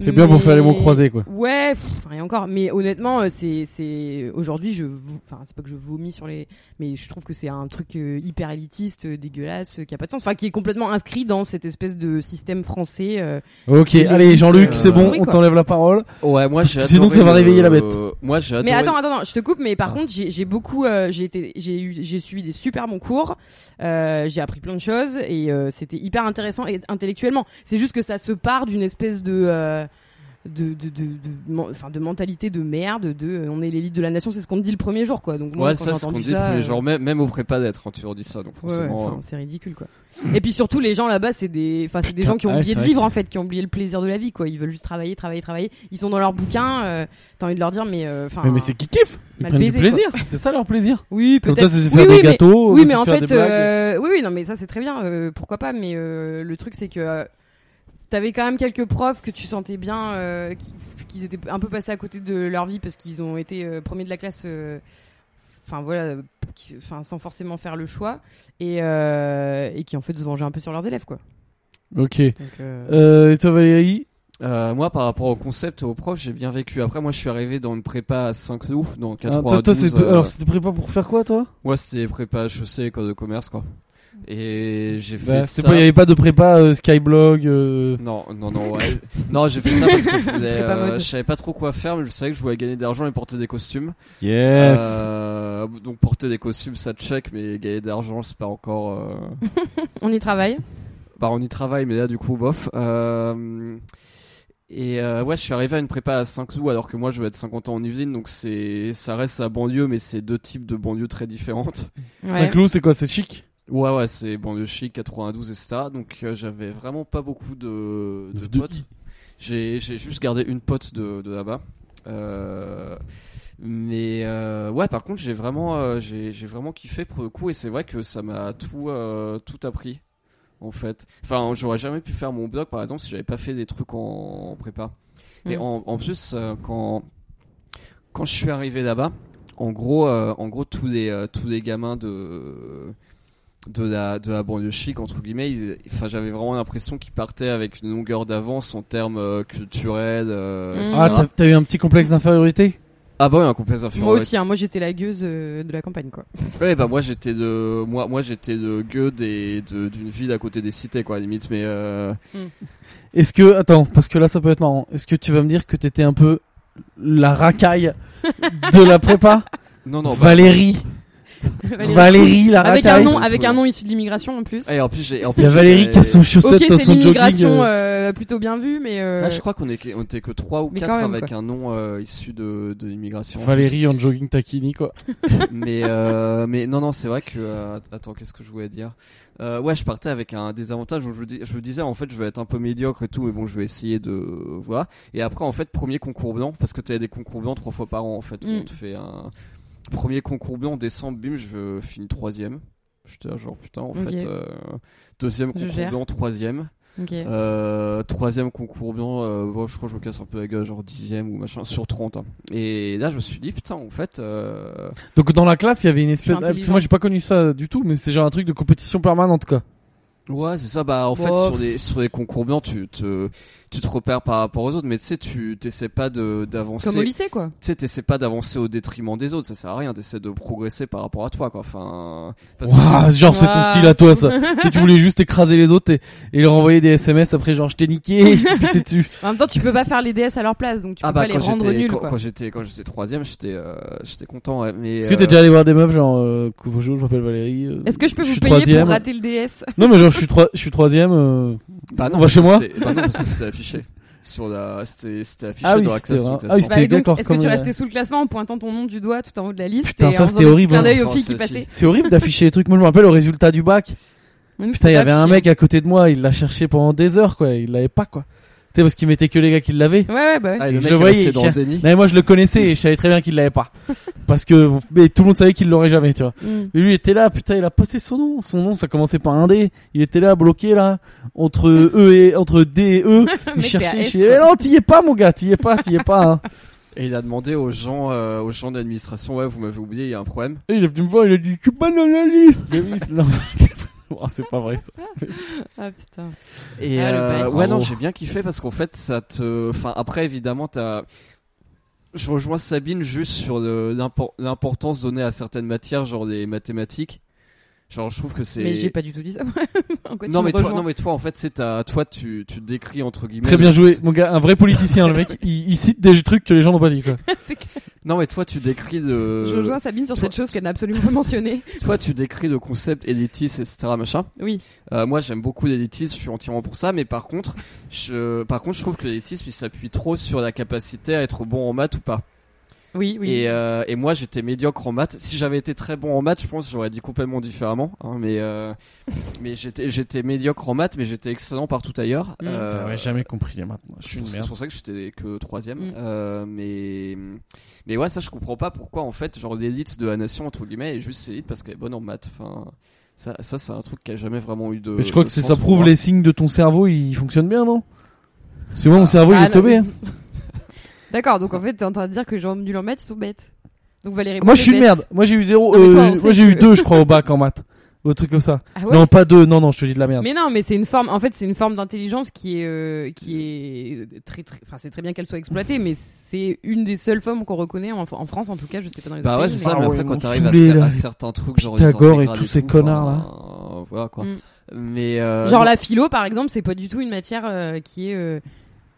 Speaker 1: C'est bien pour faire les mots
Speaker 2: Mais-
Speaker 1: croisés, quoi.
Speaker 2: Ouais, pff, rien encore. Mais honnêtement, euh, c'est, c'est... aujourd'hui, je, vo- enfin, c'est pas que je vomis sur les, mais je trouve que c'est un truc euh, hyper élitiste, euh, dégueulasse, euh, qui a pas de sens, enfin, qui est complètement inscrit dans cette espèce de système français. euh,
Speaker 1: Ok,
Speaker 2: Et le
Speaker 1: allez
Speaker 2: but,
Speaker 1: Jean-Luc,
Speaker 3: euh,
Speaker 1: c'est bon,
Speaker 2: oui,
Speaker 1: on
Speaker 2: quoi.
Speaker 1: t'enlève la parole.
Speaker 3: Ouais, moi j'ai
Speaker 1: Sinon,
Speaker 3: adoré
Speaker 1: ça va
Speaker 3: le-
Speaker 1: réveiller la bête.
Speaker 3: Moi j'ai adoré. Ah.
Speaker 2: Mais attends, attends, attends, je te coupe, mais par contre, j'ai j'ai beaucoup, euh, j'ai été, j'ai eu, j'ai suivi des super bons cours, euh, j'ai appris plein de choses et euh, c'était hyper intéressant et intellectuellement. C'est juste que ça se part d'une espèce de, euh, de, de, de, de, men- enfin, de mentalité de merde, de, euh, on est l'élite de la nation, c'est ce qu'on te dit le premier jour, quoi. Donc moi,
Speaker 3: Ouais,
Speaker 2: quand
Speaker 3: ça
Speaker 2: j'ai
Speaker 3: c'est ce qu'on
Speaker 2: entendu
Speaker 3: dit le premier
Speaker 2: euh,
Speaker 3: jour, même, même au prépa d'être, hein, tu redis ça, donc
Speaker 2: ouais, ouais,
Speaker 3: forcément.
Speaker 2: enfin, c'est ridicule, quoi. et puis surtout, les gens là-bas, c'est des, enfin, c'est des
Speaker 1: Putain,
Speaker 2: gens qui ont
Speaker 1: ouais,
Speaker 2: oublié
Speaker 1: c'est
Speaker 2: de
Speaker 1: vrai
Speaker 2: vivre
Speaker 1: que-
Speaker 2: en fait, qui ont oublié le plaisir de la vie, quoi. Ils veulent juste travailler, travailler, travailler. Ils sont dans leur bouquin. euh, T'as envie de leur dire, mais, euh, enfin.
Speaker 1: Mais, mais c'est qui kiffe Ils
Speaker 2: mal
Speaker 1: prennent du
Speaker 2: baisé, quoi.
Speaker 1: plaisir, c'est ça leur plaisir.
Speaker 2: Oui,
Speaker 1: Comme toi,
Speaker 2: peut-être.
Speaker 1: c'est se
Speaker 2: Oui,
Speaker 1: faire
Speaker 2: oui,
Speaker 1: des
Speaker 2: mais-
Speaker 1: gâteaux,
Speaker 2: Oui,
Speaker 1: Oh, bah, c'est
Speaker 2: mais en
Speaker 1: faire des
Speaker 2: fait,
Speaker 1: blagues.
Speaker 2: euh, oui, oui, non, mais ça c'est très bien, euh, pourquoi pas. Mais euh, le truc c'est que euh, t'avais quand même quelques profs que tu sentais bien, euh, qui- qu'ils étaient un peu passés à côté de leur vie parce qu'ils ont été euh, premiers de la classe. euh, Enfin voilà, euh, qui- enfin sans forcément faire le choix et, euh, et qui en fait se vengeaient un peu sur leurs élèves quoi.
Speaker 1: Ok.
Speaker 2: Donc, euh,
Speaker 1: Euh, et toi Valérie
Speaker 3: Euh, moi, par rapport au concept, au prof, j'ai bien vécu. Après, moi, je suis arrivé dans une prépa à Saint-Cloud, dans
Speaker 1: Ah, toi, toi,
Speaker 3: 92.
Speaker 1: c'est-
Speaker 3: euh,
Speaker 1: Alors, c'était prépa pour faire quoi, toi
Speaker 3: Moi, c'était prépa HEC, école de commerce, quoi. Et j'ai fait
Speaker 1: Bah,
Speaker 3: ça.
Speaker 1: C'est pas, il y avait pas de prépa euh, Skyblog. euh,
Speaker 3: Non, non, non, ouais. non, j'ai fait ça parce que je, voulais,
Speaker 2: Prépa
Speaker 3: euh,
Speaker 2: mode.
Speaker 3: je savais pas trop quoi faire, mais je savais que je voulais gagner de l'argent et porter des costumes.
Speaker 1: Yes.
Speaker 3: Euh, donc, porter des costumes, ça check, mais gagner de l'argent, c'est pas encore. euh,
Speaker 2: on y travaille.
Speaker 3: Bah, on y travaille, mais là, du coup, bof. Euh, Et euh, ouais, je suis arrivé à une prépa à Saint-Cloud, alors que moi, je vais être 50 ans en Yvelines, donc c'est ça reste à banlieue, mais c'est deux types de banlieues très différentes.
Speaker 2: Ouais.
Speaker 1: Saint-Cloud, c'est quoi C'est chic.
Speaker 3: Ouais, ouais, c'est banlieue chic, 92 et ça, donc euh, j'avais vraiment pas beaucoup de, de
Speaker 1: De-
Speaker 3: potes. J'ai j'ai juste gardé une pote de, de là-bas. Euh, mais euh, ouais, par contre, j'ai vraiment, euh, j'ai j'ai vraiment kiffé pour le coup, et c'est vrai que ça m'a tout, euh, tout appris. En fait, enfin, j'aurais jamais pu faire mon blog par exemple si j'avais pas fait des trucs en, en prépa. Et
Speaker 2: Mm.
Speaker 3: en, en plus, euh, quand quand je suis arrivé là-bas, en gros, euh, en gros, tous les euh, tous les gamins de de la de la banlieue chic entre guillemets, ils- enfin, j'avais vraiment l'impression qu'ils partaient avec une longueur d'avance en termes euh, culturels. euh,
Speaker 2: Mm.
Speaker 3: etc.
Speaker 1: Ah, t'as- t'as eu un petit complexe d'infériorité
Speaker 3: Ah bah ouais, un complexe inférieur.
Speaker 2: Moi aussi, hein, moi j'étais la gueuse euh, de la campagne quoi.
Speaker 3: Ouais, bah moi j'étais de moi moi j'étais de gueux et d'une ville à côté des cités quoi, à la limite. Mais euh,
Speaker 1: Est-ce que attends, parce que là, ça peut être marrant. Est-ce que tu vas me dire que t'étais un peu la racaille de la prépa
Speaker 3: non non. bah-
Speaker 1: Valérie,
Speaker 2: Valérie.
Speaker 1: Valérie, ah, la
Speaker 2: avec
Speaker 1: racaille.
Speaker 2: un nom,
Speaker 3: donc,
Speaker 2: avec
Speaker 3: ouais.
Speaker 2: un nom issu de l'immigration en plus.
Speaker 3: Et en plus j'ai. en
Speaker 1: Il
Speaker 3: plus,
Speaker 1: y a Valérie
Speaker 3: j'avais-
Speaker 1: qui a son chaussette,
Speaker 2: Ok, c'est
Speaker 1: son jogging.
Speaker 2: l'immigration
Speaker 1: euh,
Speaker 2: euh, plutôt bien vue, mais euh,
Speaker 3: Ah, je crois qu'on est que- on était que 3 ou
Speaker 2: Mais
Speaker 3: 4
Speaker 2: quand même,
Speaker 3: avec
Speaker 2: quoi.
Speaker 3: un nom euh, issu de, de l'immigration.
Speaker 1: Valérie en jogging taquini quoi.
Speaker 3: mais euh, mais non non, c'est vrai que euh, attends, qu'est-ce que je voulais dire Euh, ouais, je partais avec un désavantage où je, dis- je me disais en fait, je vais être un peu médiocre et tout, mais bon, je vais essayer de voilà. Et après en fait, premier concours blanc parce que tu as des concours blancs trois fois par an en fait, où
Speaker 2: Mm.
Speaker 3: on te fait un premier concours blanc en décembre, bim, je finis troisième. J'étais là, genre putain, en
Speaker 2: Ok.
Speaker 3: fait, euh, deuxième
Speaker 2: Je
Speaker 3: concours
Speaker 2: gère.
Speaker 3: blanc, troisième.
Speaker 2: ok.
Speaker 3: Euh, troisième concours blanc, euh, bon, je crois que je me casse un peu la gueule, genre dixième ou machin, sur 30. hein. Et là, je me suis dit, putain, en fait, euh,
Speaker 1: Donc dans la classe, il y avait une espèce.
Speaker 2: suis
Speaker 1: ah, parce que moi, j'ai pas connu ça du tout, mais c'est genre un truc de compétition permanente quoi.
Speaker 3: ouais, c'est ça, bah, en fait,
Speaker 1: Bof.
Speaker 3: sur les, sur les concours blancs, tu te, tu te repères par rapport aux autres, mais tu sais, tu t'essaies pas de-
Speaker 2: Comme au
Speaker 3: d'avancer. Tu
Speaker 2: lycée, quoi.
Speaker 3: sais, t'essaies pas d'avancer au détriment des autres, ça sert à rien, t'essaies de progresser par rapport à toi, quoi. Enfin, parce que tu sais,
Speaker 1: Ouah, genre c'est ton
Speaker 2: Ouah.
Speaker 1: style à toi ça. Tu sais, tu voulais juste écraser les autres et, et leur envoyer des SMS après genre je t'ai niqué, je t'ai pissé dessus.
Speaker 2: En même temps, tu peux pas faire les DS à leur place, donc tu peux pas les
Speaker 3: Ah bah, quand
Speaker 2: rendre
Speaker 3: j'étais-
Speaker 2: nuls,
Speaker 3: quand,
Speaker 2: quoi.
Speaker 3: quand j'étais, quand j'étais troisième, j'étais, euh, j'étais content, ouais, mais.
Speaker 1: Est-ce que t'es
Speaker 3: euh,
Speaker 1: déjà allé voir des meufs genre euh, coucou, bonjour, je m'appelle Valérie. euh,
Speaker 2: Est-ce que je peux
Speaker 1: je
Speaker 2: vous
Speaker 1: suis
Speaker 2: payer
Speaker 1: troisième.
Speaker 2: pour rater le DS
Speaker 1: Non mais genre je suis trois, je suis troisième. euh,
Speaker 3: Bah non,
Speaker 1: On va
Speaker 3: parce
Speaker 1: chez
Speaker 3: que
Speaker 1: moi
Speaker 3: c'était- Bah non, parce que c'était affiché. Sur la, c'était, c'était affiché
Speaker 1: Ah oui,
Speaker 3: dans la
Speaker 1: c'était
Speaker 3: classe.
Speaker 1: vrai.
Speaker 3: sous le
Speaker 1: Ah oui,
Speaker 3: classement.
Speaker 1: Bah, T'es d'accord,
Speaker 2: Est-ce que
Speaker 1: comme
Speaker 2: tu
Speaker 1: il a-
Speaker 2: restais sous le classement en pointant ton nom du doigt tout en haut de la liste
Speaker 1: Putain,
Speaker 2: et
Speaker 1: ça,
Speaker 2: en
Speaker 1: c'était
Speaker 2: faisant des petits
Speaker 1: horrible,
Speaker 2: clins
Speaker 1: hein.
Speaker 2: d'œil
Speaker 3: Ça,
Speaker 2: aux filles qui
Speaker 3: ça,
Speaker 2: passaient
Speaker 1: C'est horrible d'afficher les trucs. Moi je me rappelle au résultat du bac. Putain, il
Speaker 2: Donc,
Speaker 1: y
Speaker 2: c'était
Speaker 1: avait un
Speaker 2: affiché.
Speaker 1: mec à côté de moi, il l'a cherché pendant des heures quoi, il l'avait pas quoi. Tu sais parce qu'il mettait que les gars qui l'avaient.
Speaker 2: Ouais, ouais, bah ouais.
Speaker 3: Ah, et le
Speaker 1: Je
Speaker 3: mec
Speaker 1: le
Speaker 3: est
Speaker 1: voyais,
Speaker 3: resté dans le
Speaker 1: cher-
Speaker 3: déni.
Speaker 1: Non, mais moi je le connaissais et je savais très bien qu'il l'avait pas. Parce que mais tout le monde savait qu'il l'aurait jamais, tu vois.
Speaker 2: Mm.
Speaker 1: Mais lui il était là, putain, il a passé son nom. Son nom, ça commençait par un D. Il était là, bloqué là, entre E et entre D et E.
Speaker 2: Mais
Speaker 1: Il
Speaker 2: t'es à
Speaker 1: cherchait, il
Speaker 2: S,
Speaker 1: cherchait.
Speaker 2: quoi.
Speaker 1: Eh non, t'y es pas, mon gars, t'y es pas, t'y es pas. Hein.
Speaker 3: Et il a demandé aux gens, euh, aux gens
Speaker 1: Eh,
Speaker 3: d'administration, ouais, vous m'avez oublié, il y a un problème.
Speaker 1: Et il est venu me voir, il a dit, je suis pas dans la liste. Mais oui, c'est normal. Ah, c'est pas vrai ça.
Speaker 2: Ah putain.
Speaker 3: Et
Speaker 2: Ah, le
Speaker 3: euh,
Speaker 2: bike.
Speaker 3: ouais,
Speaker 1: Bravo.
Speaker 3: non, j'ai bien kiffé parce qu'en fait, ça te. Enfin, après, évidemment, t'as. Je rejoins Sabine juste sur le- l'impor- l'importance donnée à certaines matières, genre les mathématiques. Genre, je trouve que c'est.
Speaker 2: Mais j'ai pas du tout dit ça. En quoi tu
Speaker 3: Non
Speaker 2: me
Speaker 3: mais, toi,
Speaker 2: rejoins
Speaker 3: non mais toi en fait c'est à toi tu, tu décris entre guillemets
Speaker 1: Très bien joué, mon gars, un vrai politicien, le mec, il, il cite des trucs que les gens n'ont pas dit quoi.
Speaker 2: C'est que
Speaker 3: non mais toi tu décris le
Speaker 2: Je rejoins Sabine sur
Speaker 3: euh, toi-
Speaker 2: cette chose qu'elle n'a absolument pas mentionnée.
Speaker 3: toi tu décris le concept élitiste etc machin
Speaker 2: Oui.
Speaker 3: Euh, moi, j'aime beaucoup l'élitisme, je suis entièrement pour ça, mais par contre, je, par contre, je trouve que l'élitisme il s'appuie trop sur la capacité à être bon en maths ou pas.
Speaker 2: Oui, oui.
Speaker 3: Et, euh, et moi, j'étais médiocre en maths. Si j'avais été très bon en maths, je pense que j'aurais dit complètement différemment. hein, mais euh, mais j'étais j'étais médiocre en maths, mais j'étais excellent partout ailleurs.
Speaker 2: Mm.
Speaker 3: Euh,
Speaker 1: Putain, Mmh. ouais, jamais compris les maintenant. Je suis une
Speaker 3: c'est
Speaker 1: merde. Mmh.
Speaker 3: pour ça que j'étais que troisième.
Speaker 2: Mm.
Speaker 3: Euh, mais mais ouais, ça je comprends pas pourquoi en fait genre l'élite de la nation entre guillemets est juste élite parce qu'elle est bonne en maths. Enfin ça ça c'est un truc qui a jamais vraiment eu de.
Speaker 1: Mais je crois
Speaker 3: de
Speaker 1: que c'est-
Speaker 3: sens
Speaker 1: ça
Speaker 3: pour
Speaker 1: prouve
Speaker 3: moi.
Speaker 1: les signes de ton cerveau, il fonctionne bien, non Parce que moi, mon cerveau, il
Speaker 2: Ah,
Speaker 1: est hein.
Speaker 2: non,
Speaker 1: tombé.
Speaker 2: oui. D'accord, donc en fait, t'es en train de dire que les gens nuls en maths, ils sont bêtes. Donc Valérie.
Speaker 1: Moi,
Speaker 2: Bonnet
Speaker 1: je suis
Speaker 2: est
Speaker 1: une
Speaker 2: bête.
Speaker 1: merde. Moi, j'ai eu zéro.
Speaker 2: Ah, mais toi,
Speaker 1: euh,
Speaker 2: on
Speaker 1: moi,
Speaker 2: sait
Speaker 1: j'ai eu
Speaker 2: que-
Speaker 1: deux, je crois, au bac en maths. Ou un truc comme ça.
Speaker 2: Ah ouais
Speaker 1: Non, pas deux. Non, non, je te dis de la merde.
Speaker 2: Mais non, mais c'est une forme. En fait, c'est une forme d'intelligence qui est euh, qui
Speaker 1: Euh.
Speaker 2: est très très. Enfin, c'est très bien qu'elle soit exploitée, mais c'est une des seules formes qu'on reconnaît en, en France, en tout cas. Je sais pas dans les
Speaker 3: Bah
Speaker 2: autres
Speaker 3: ouais,
Speaker 2: pays,
Speaker 3: c'est
Speaker 1: Ah
Speaker 3: ça, mais
Speaker 1: ouais,
Speaker 3: après
Speaker 1: ils
Speaker 3: quand
Speaker 1: m'ont
Speaker 3: t'arrives à,
Speaker 1: saoulé,
Speaker 3: cer-
Speaker 1: là.
Speaker 3: à certains trucs, genre les
Speaker 1: euh, Pythagore et
Speaker 3: intégrales
Speaker 1: tous ces
Speaker 3: tout,
Speaker 1: connards, là.
Speaker 3: enfin, euh, voilà quoi.
Speaker 2: Mm.
Speaker 3: Mais euh,
Speaker 2: mais- Genre
Speaker 3: non,
Speaker 2: la philo, par exemple, c'est pas du tout une matière euh, qui est. euh,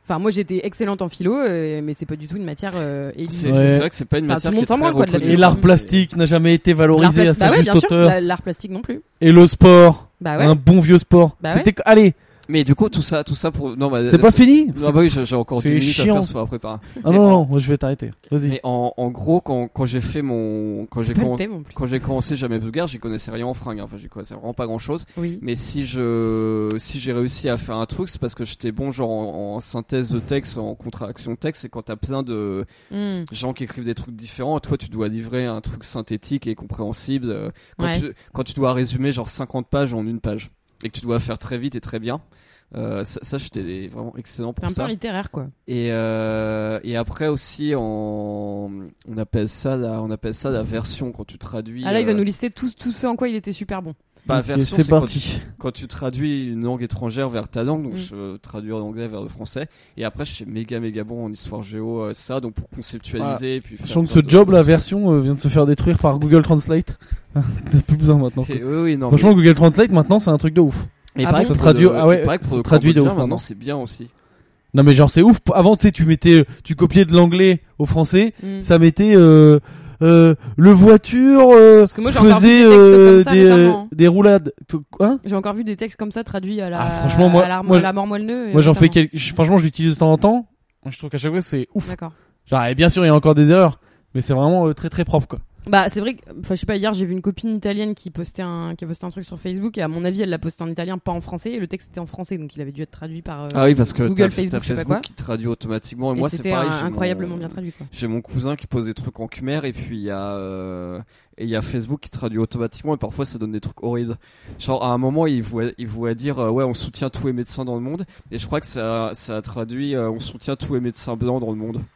Speaker 2: Enfin, moi, j'étais excellente en philo, euh, mais c'est pas du tout une matière euh, élite.
Speaker 3: c'est
Speaker 1: Ouais.
Speaker 3: c'est vrai que c'est pas une
Speaker 2: Enfin,
Speaker 3: matière
Speaker 2: tout le
Speaker 3: qui est très
Speaker 2: monde s'en branle, quoi, de la
Speaker 3: reconnue.
Speaker 1: Et l'art plastique n'a jamais été
Speaker 2: L'art
Speaker 1: valorisé
Speaker 2: plastique-
Speaker 1: à sa
Speaker 2: bah ouais,
Speaker 1: juste
Speaker 2: bien sûr.
Speaker 1: hauteur.
Speaker 2: la- L'art plastique non plus.
Speaker 1: Et le sport,
Speaker 2: Bah ouais.
Speaker 1: un bon vieux sport.
Speaker 2: Bah
Speaker 1: C'était allez,
Speaker 3: Mais du coup tout ça, tout ça pour non bah
Speaker 1: c'est pas fini.
Speaker 3: Ah bah oui, j'ai j'ai encore
Speaker 1: c'est
Speaker 3: 10 minutes à
Speaker 1: chiant.
Speaker 3: faire soit préparer.
Speaker 1: Ah non, non, non, je vais t'arrêter. Vas-y.
Speaker 3: Mais en, en gros, quand, quand j'ai fait mon, quand j'ai
Speaker 2: Pas le
Speaker 3: commen-
Speaker 2: thème en plus.
Speaker 3: quand j'ai commencé jamais vulgaire, j'y connaissais rien en fringues. hein. Enfin, j'y connaissais vraiment pas grand chose.
Speaker 2: Oui.
Speaker 3: Mais si je, si j'ai réussi à faire un truc, c'est parce que j'étais bon genre en, en synthèse de texte, en contraction de texte. Et quand t'as plein de,
Speaker 2: Mm.
Speaker 3: gens qui écrivent des trucs différents, toi tu dois livrer un truc synthétique et compréhensible euh, quand,
Speaker 2: Ouais.
Speaker 3: tu, quand tu dois résumer genre 50 pages en une page et que tu dois faire très vite et très bien. Euh, ça, ça, j'étais vraiment excellent
Speaker 2: C'est un
Speaker 3: pour
Speaker 2: peu
Speaker 3: ça.
Speaker 2: littéraire quoi.
Speaker 3: Et, euh, et après aussi, en, on appelle ça la, on appelle ça la version quand tu traduis.
Speaker 2: Ah là, il va
Speaker 3: euh,
Speaker 2: nous lister tout, tout ce en quoi il était super bon.
Speaker 3: bah,
Speaker 1: Ok,
Speaker 3: version,
Speaker 1: c'est
Speaker 3: c'est quand
Speaker 1: parti.
Speaker 3: quand tu traduis une langue étrangère vers ta langue, donc
Speaker 2: Mm.
Speaker 3: je traduis en anglais vers le français, et après je suis méga méga bon en histoire géo, euh, ça, donc pour conceptualiser. Et puis faire
Speaker 1: Sachant que ce
Speaker 3: plein de-
Speaker 1: job, la version, euh, vient de se faire détruire par Google Translate. T'as plus besoin maintenant. quoi.
Speaker 3: Et- oui, oui, non, mais-
Speaker 1: Franchement, Google Translate, maintenant, c'est un truc de ouf.
Speaker 3: Et
Speaker 2: Ah
Speaker 3: pareil
Speaker 2: bon
Speaker 3: pour
Speaker 1: Ça traduit-
Speaker 3: le-
Speaker 1: ah ouais,
Speaker 3: et pareil pour
Speaker 1: ça
Speaker 3: le
Speaker 1: traduit de
Speaker 3: Cambodgien,
Speaker 1: ouf, hein,
Speaker 3: Maintenant,
Speaker 1: maintenant.
Speaker 3: c'est bien aussi.
Speaker 1: Non, mais genre, c'est ouf. Avant, tu sais, tu mettais, euh, tu copiais de l'anglais au français,
Speaker 2: Mm.
Speaker 1: ça mettait euh, euh, le voiture euh,
Speaker 2: que moi, j'ai encore vu
Speaker 1: faisait
Speaker 2: des textes
Speaker 1: euh,
Speaker 2: comme ça
Speaker 1: des, euh,
Speaker 2: récemment.
Speaker 1: des roulades Tout- hein
Speaker 2: J'ai encore vu des textes comme ça traduits à la
Speaker 1: Ah, franchement, moi-
Speaker 2: à la,
Speaker 1: moi,
Speaker 2: à la mort moelle-neu,
Speaker 1: moi j'en fais
Speaker 2: notamment.
Speaker 1: quelques je- franchement je l'utilise de temps en temps je trouve qu'à chaque fois c'est ouf
Speaker 2: D'accord.
Speaker 1: genre et bien sûr il y a encore des erreurs mais c'est vraiment euh, très très propre quoi
Speaker 2: Bah c'est vrai que enfin je sais pas hier j'ai vu une copine italienne qui postait un qui a posté un truc sur Facebook et à mon avis elle l'a posté en italien pas en français et le texte était en français donc il avait dû être traduit par euh,
Speaker 3: Ah oui, parce que
Speaker 2: Google,
Speaker 3: t'as
Speaker 2: Facebook,
Speaker 3: t'as
Speaker 2: je sais pas
Speaker 3: Facebook
Speaker 2: quoi.
Speaker 3: qui traduit automatiquement. Et,
Speaker 2: et
Speaker 3: moi, c'est
Speaker 2: c'était
Speaker 3: pareil.
Speaker 2: un-
Speaker 3: j'ai mon-
Speaker 2: incroyablement bien traduit quoi.
Speaker 3: J'ai mon cousin qui pose des trucs en khmer et puis il y a euh, et il y a Facebook qui traduit automatiquement et parfois ça donne des trucs horribles. Genre à un moment il voit il voit dire euh, ouais on soutient tous les médecins dans le monde et je crois que ça ça a traduit euh, on soutient tous les médecins blancs dans le monde.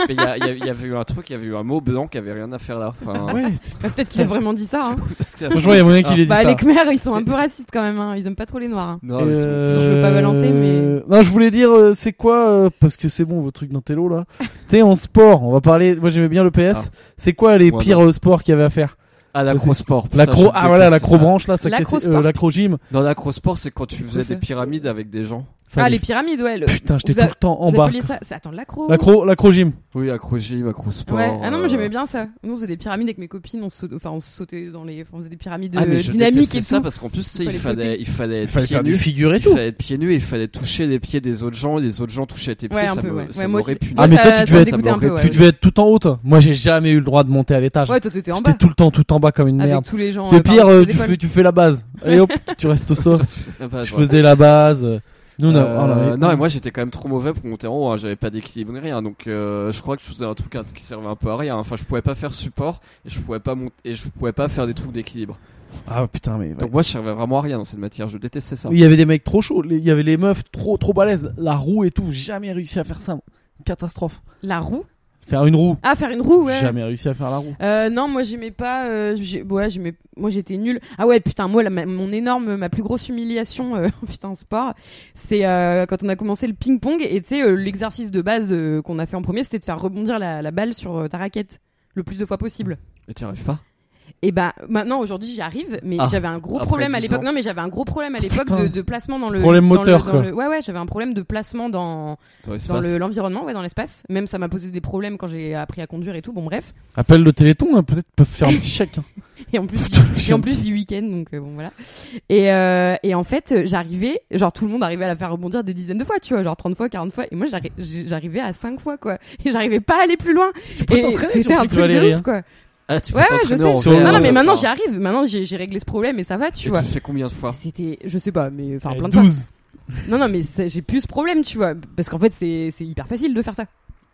Speaker 3: Mais il y, a- il y a- il y avait eu un truc, il y avait eu un mot blanc qui avait rien à faire là. Enfin,
Speaker 1: ouais
Speaker 2: Bah, peut-être qu'il a vraiment dit ça hein.
Speaker 3: peut-être qu'il
Speaker 1: franchement il y a moyen
Speaker 3: ça.
Speaker 1: qu'il ait dit
Speaker 2: Bah
Speaker 1: ça
Speaker 2: les Khmer ils sont un peu racistes quand même hein. ils aiment pas trop les noirs. hein.
Speaker 3: Non, mais c'est-
Speaker 2: je veux pas balancer, mais-
Speaker 1: Euh, non je voulais dire euh, c'est quoi euh, parce que c'est bon vos trucs dans télo là tu sais en sport on va parler moi j'aimais bien le PS c'est quoi les
Speaker 3: Ah. Ouais,
Speaker 1: pires euh, sports qu'il y avait à faire
Speaker 3: Ah, l'acro-sport. putain, je
Speaker 1: l'acro ah voilà
Speaker 3: déteste
Speaker 1: l'acro
Speaker 3: ça.
Speaker 1: branche là ça
Speaker 2: L'acro
Speaker 1: cassait- euh,
Speaker 2: sport.
Speaker 1: l'acro gym
Speaker 3: Dans l'acro-sport, c'est quand tu faisais
Speaker 2: Tout fait.
Speaker 3: des pyramides avec des gens.
Speaker 2: Ah
Speaker 1: Fallait-
Speaker 2: les pyramides ouais. le-
Speaker 1: putain j'étais
Speaker 2: vous
Speaker 1: tout
Speaker 2: a-
Speaker 1: le temps en
Speaker 2: vous
Speaker 1: bas
Speaker 2: appelez ça c'est- attends l'accro.
Speaker 1: l'acro l'acro gym
Speaker 3: Oui, acro-gym, acro-sport.
Speaker 2: Ouais. Ah non, moi j'aimais
Speaker 3: euh.
Speaker 2: bien ça. Nous on faisait des pyramides avec mes copines, on se, saut- enfin on se sautait dans les, on faisait des pyramides
Speaker 3: Ah,
Speaker 2: euh,
Speaker 3: mais je
Speaker 2: dynamiques
Speaker 3: détestais
Speaker 2: et
Speaker 3: ça
Speaker 2: tout.
Speaker 3: parce qu'en plus, tu sais,
Speaker 2: Il
Speaker 3: il
Speaker 2: fallait
Speaker 3: fallait, il fallait
Speaker 1: il
Speaker 3: être
Speaker 1: fallait
Speaker 3: pieds
Speaker 1: faire du
Speaker 3: nus.
Speaker 1: figure et
Speaker 3: Il
Speaker 1: tout
Speaker 3: fallait être pieds nus et il fallait toucher les pieds des autres gens et les autres gens touchaient tes pieds.
Speaker 2: Ouais, un
Speaker 3: ça
Speaker 2: peu,
Speaker 3: me,
Speaker 2: ouais.
Speaker 3: ça
Speaker 2: Ouais, moi
Speaker 3: m'aurait
Speaker 2: aussi.
Speaker 3: puni.
Speaker 1: Ah, mais toi, tu devais
Speaker 2: ça
Speaker 3: être-
Speaker 2: me dégoûtait un peu,
Speaker 3: ça
Speaker 1: Tu
Speaker 2: ouais.
Speaker 1: devais être tout en haut. toi. Moi, j'ai jamais eu le droit de monter à l'étage.
Speaker 2: Ouais, toi t'étais en bas.
Speaker 1: J'étais tout le temps tout en bas comme une
Speaker 2: Avec
Speaker 1: merde.
Speaker 2: tous les gens.
Speaker 1: Le
Speaker 2: euh,
Speaker 1: pire,
Speaker 2: parmi
Speaker 1: euh,
Speaker 2: les
Speaker 1: tu
Speaker 2: écoles.
Speaker 1: fais, tu fais la base. Allez hop, tu restes au sol.
Speaker 3: Ah, bah,
Speaker 1: Je
Speaker 3: voilà.
Speaker 1: faisais la base. Nous, on a-
Speaker 3: Euh,
Speaker 1: oh là, mais-
Speaker 3: non, mais moi j'étais quand même trop mauvais pour monter en haut, hein. j'avais pas d'équilibre ni rien, donc euh, je crois que je faisais un truc hein, qui servait un peu à rien. Enfin, je pouvais pas faire support et je pouvais pas monter et je pouvais pas faire des trucs d'équilibre.
Speaker 1: Ah putain, mais. ouais.
Speaker 3: Donc moi je servais vraiment à rien dans cette matière, je détestais ça.
Speaker 1: Il y avait des mecs trop chauds. les- Il y avait les meufs trop trop balèzes. La roue et tout. Jamais réussi à faire ça. moi. Catastrophe.
Speaker 2: La roue.
Speaker 1: Faire une roue.
Speaker 2: Ah, faire une roue, ouais.
Speaker 1: J'ai jamais réussi à faire la roue.
Speaker 2: Euh, non, moi j'aimais pas. euh, j'ai- ouais, j'aimais. Moi j'étais nulle. Ah ouais, putain, moi la- ma- mon énorme, ma plus grosse humiliation, euh, putain, en sport, c'est euh, quand on a commencé le ping-pong et tu sais euh, l'exercice de base euh, qu'on a fait en premier, c'était de faire rebondir la, la balle sur euh, ta raquette le plus de fois possible.
Speaker 3: Et t'y arrives pas
Speaker 2: Et bah maintenant aujourd'hui j'y arrive, mais
Speaker 3: Ah,
Speaker 2: j'avais un gros
Speaker 3: après
Speaker 2: problème à
Speaker 3: 10
Speaker 2: l'époque.
Speaker 3: ans.
Speaker 2: Non, mais j'avais un gros problème à l'époque
Speaker 1: Putain.
Speaker 2: de, de placement dans le
Speaker 1: Problème
Speaker 2: dans
Speaker 1: moteur,
Speaker 2: le- dans
Speaker 1: quoi.
Speaker 2: le- ouais ouais, j'avais un problème de placement dans
Speaker 3: Dans
Speaker 2: dans
Speaker 3: l'espace
Speaker 2: le- l'environnement, ouais, dans l'espace. Même ça m'a posé des problèmes quand j'ai appris à conduire et tout. Bon bref.
Speaker 1: Appelle le Téléthon, hein, peut-être peuvent faire un petit chèque. hein.
Speaker 2: Et en plus, et en plus du week-end, donc euh, bon voilà. Et, euh, et en fait, euh, j'arrivais, genre tout le monde arrivait à la faire rebondir des dizaines de fois, tu vois, genre 30 fois, 40 fois. Et moi, j'arri- j'ai- j'arrivais à 5 fois, quoi. Et j'arrivais pas à aller plus loin.
Speaker 1: Tu peux
Speaker 2: Et
Speaker 1: t'entraîner sur
Speaker 2: c'était un
Speaker 1: Quick
Speaker 2: truc
Speaker 1: Valérie,
Speaker 2: de ouf,
Speaker 1: hein.
Speaker 2: quoi.
Speaker 3: Ah, tu peux
Speaker 2: Ouais, ouais, je sais.
Speaker 3: t'entraîner en
Speaker 1: Sur-
Speaker 3: VR,
Speaker 2: Non, non, mais
Speaker 1: ça,
Speaker 2: maintenant,
Speaker 3: ça.
Speaker 2: j'y arrive. Maintenant, j'ai j'ai réglé ce problème et ça va, tu
Speaker 3: Et
Speaker 2: vois.
Speaker 3: tu le fais combien de fois
Speaker 2: C'était, je sais pas, mais enfin
Speaker 1: Eh,
Speaker 2: plein de fois.
Speaker 1: 12.
Speaker 2: Non, non, mais c'est- j'ai plus ce problème, tu vois. Parce qu'en fait, c'est c'est hyper facile de faire ça.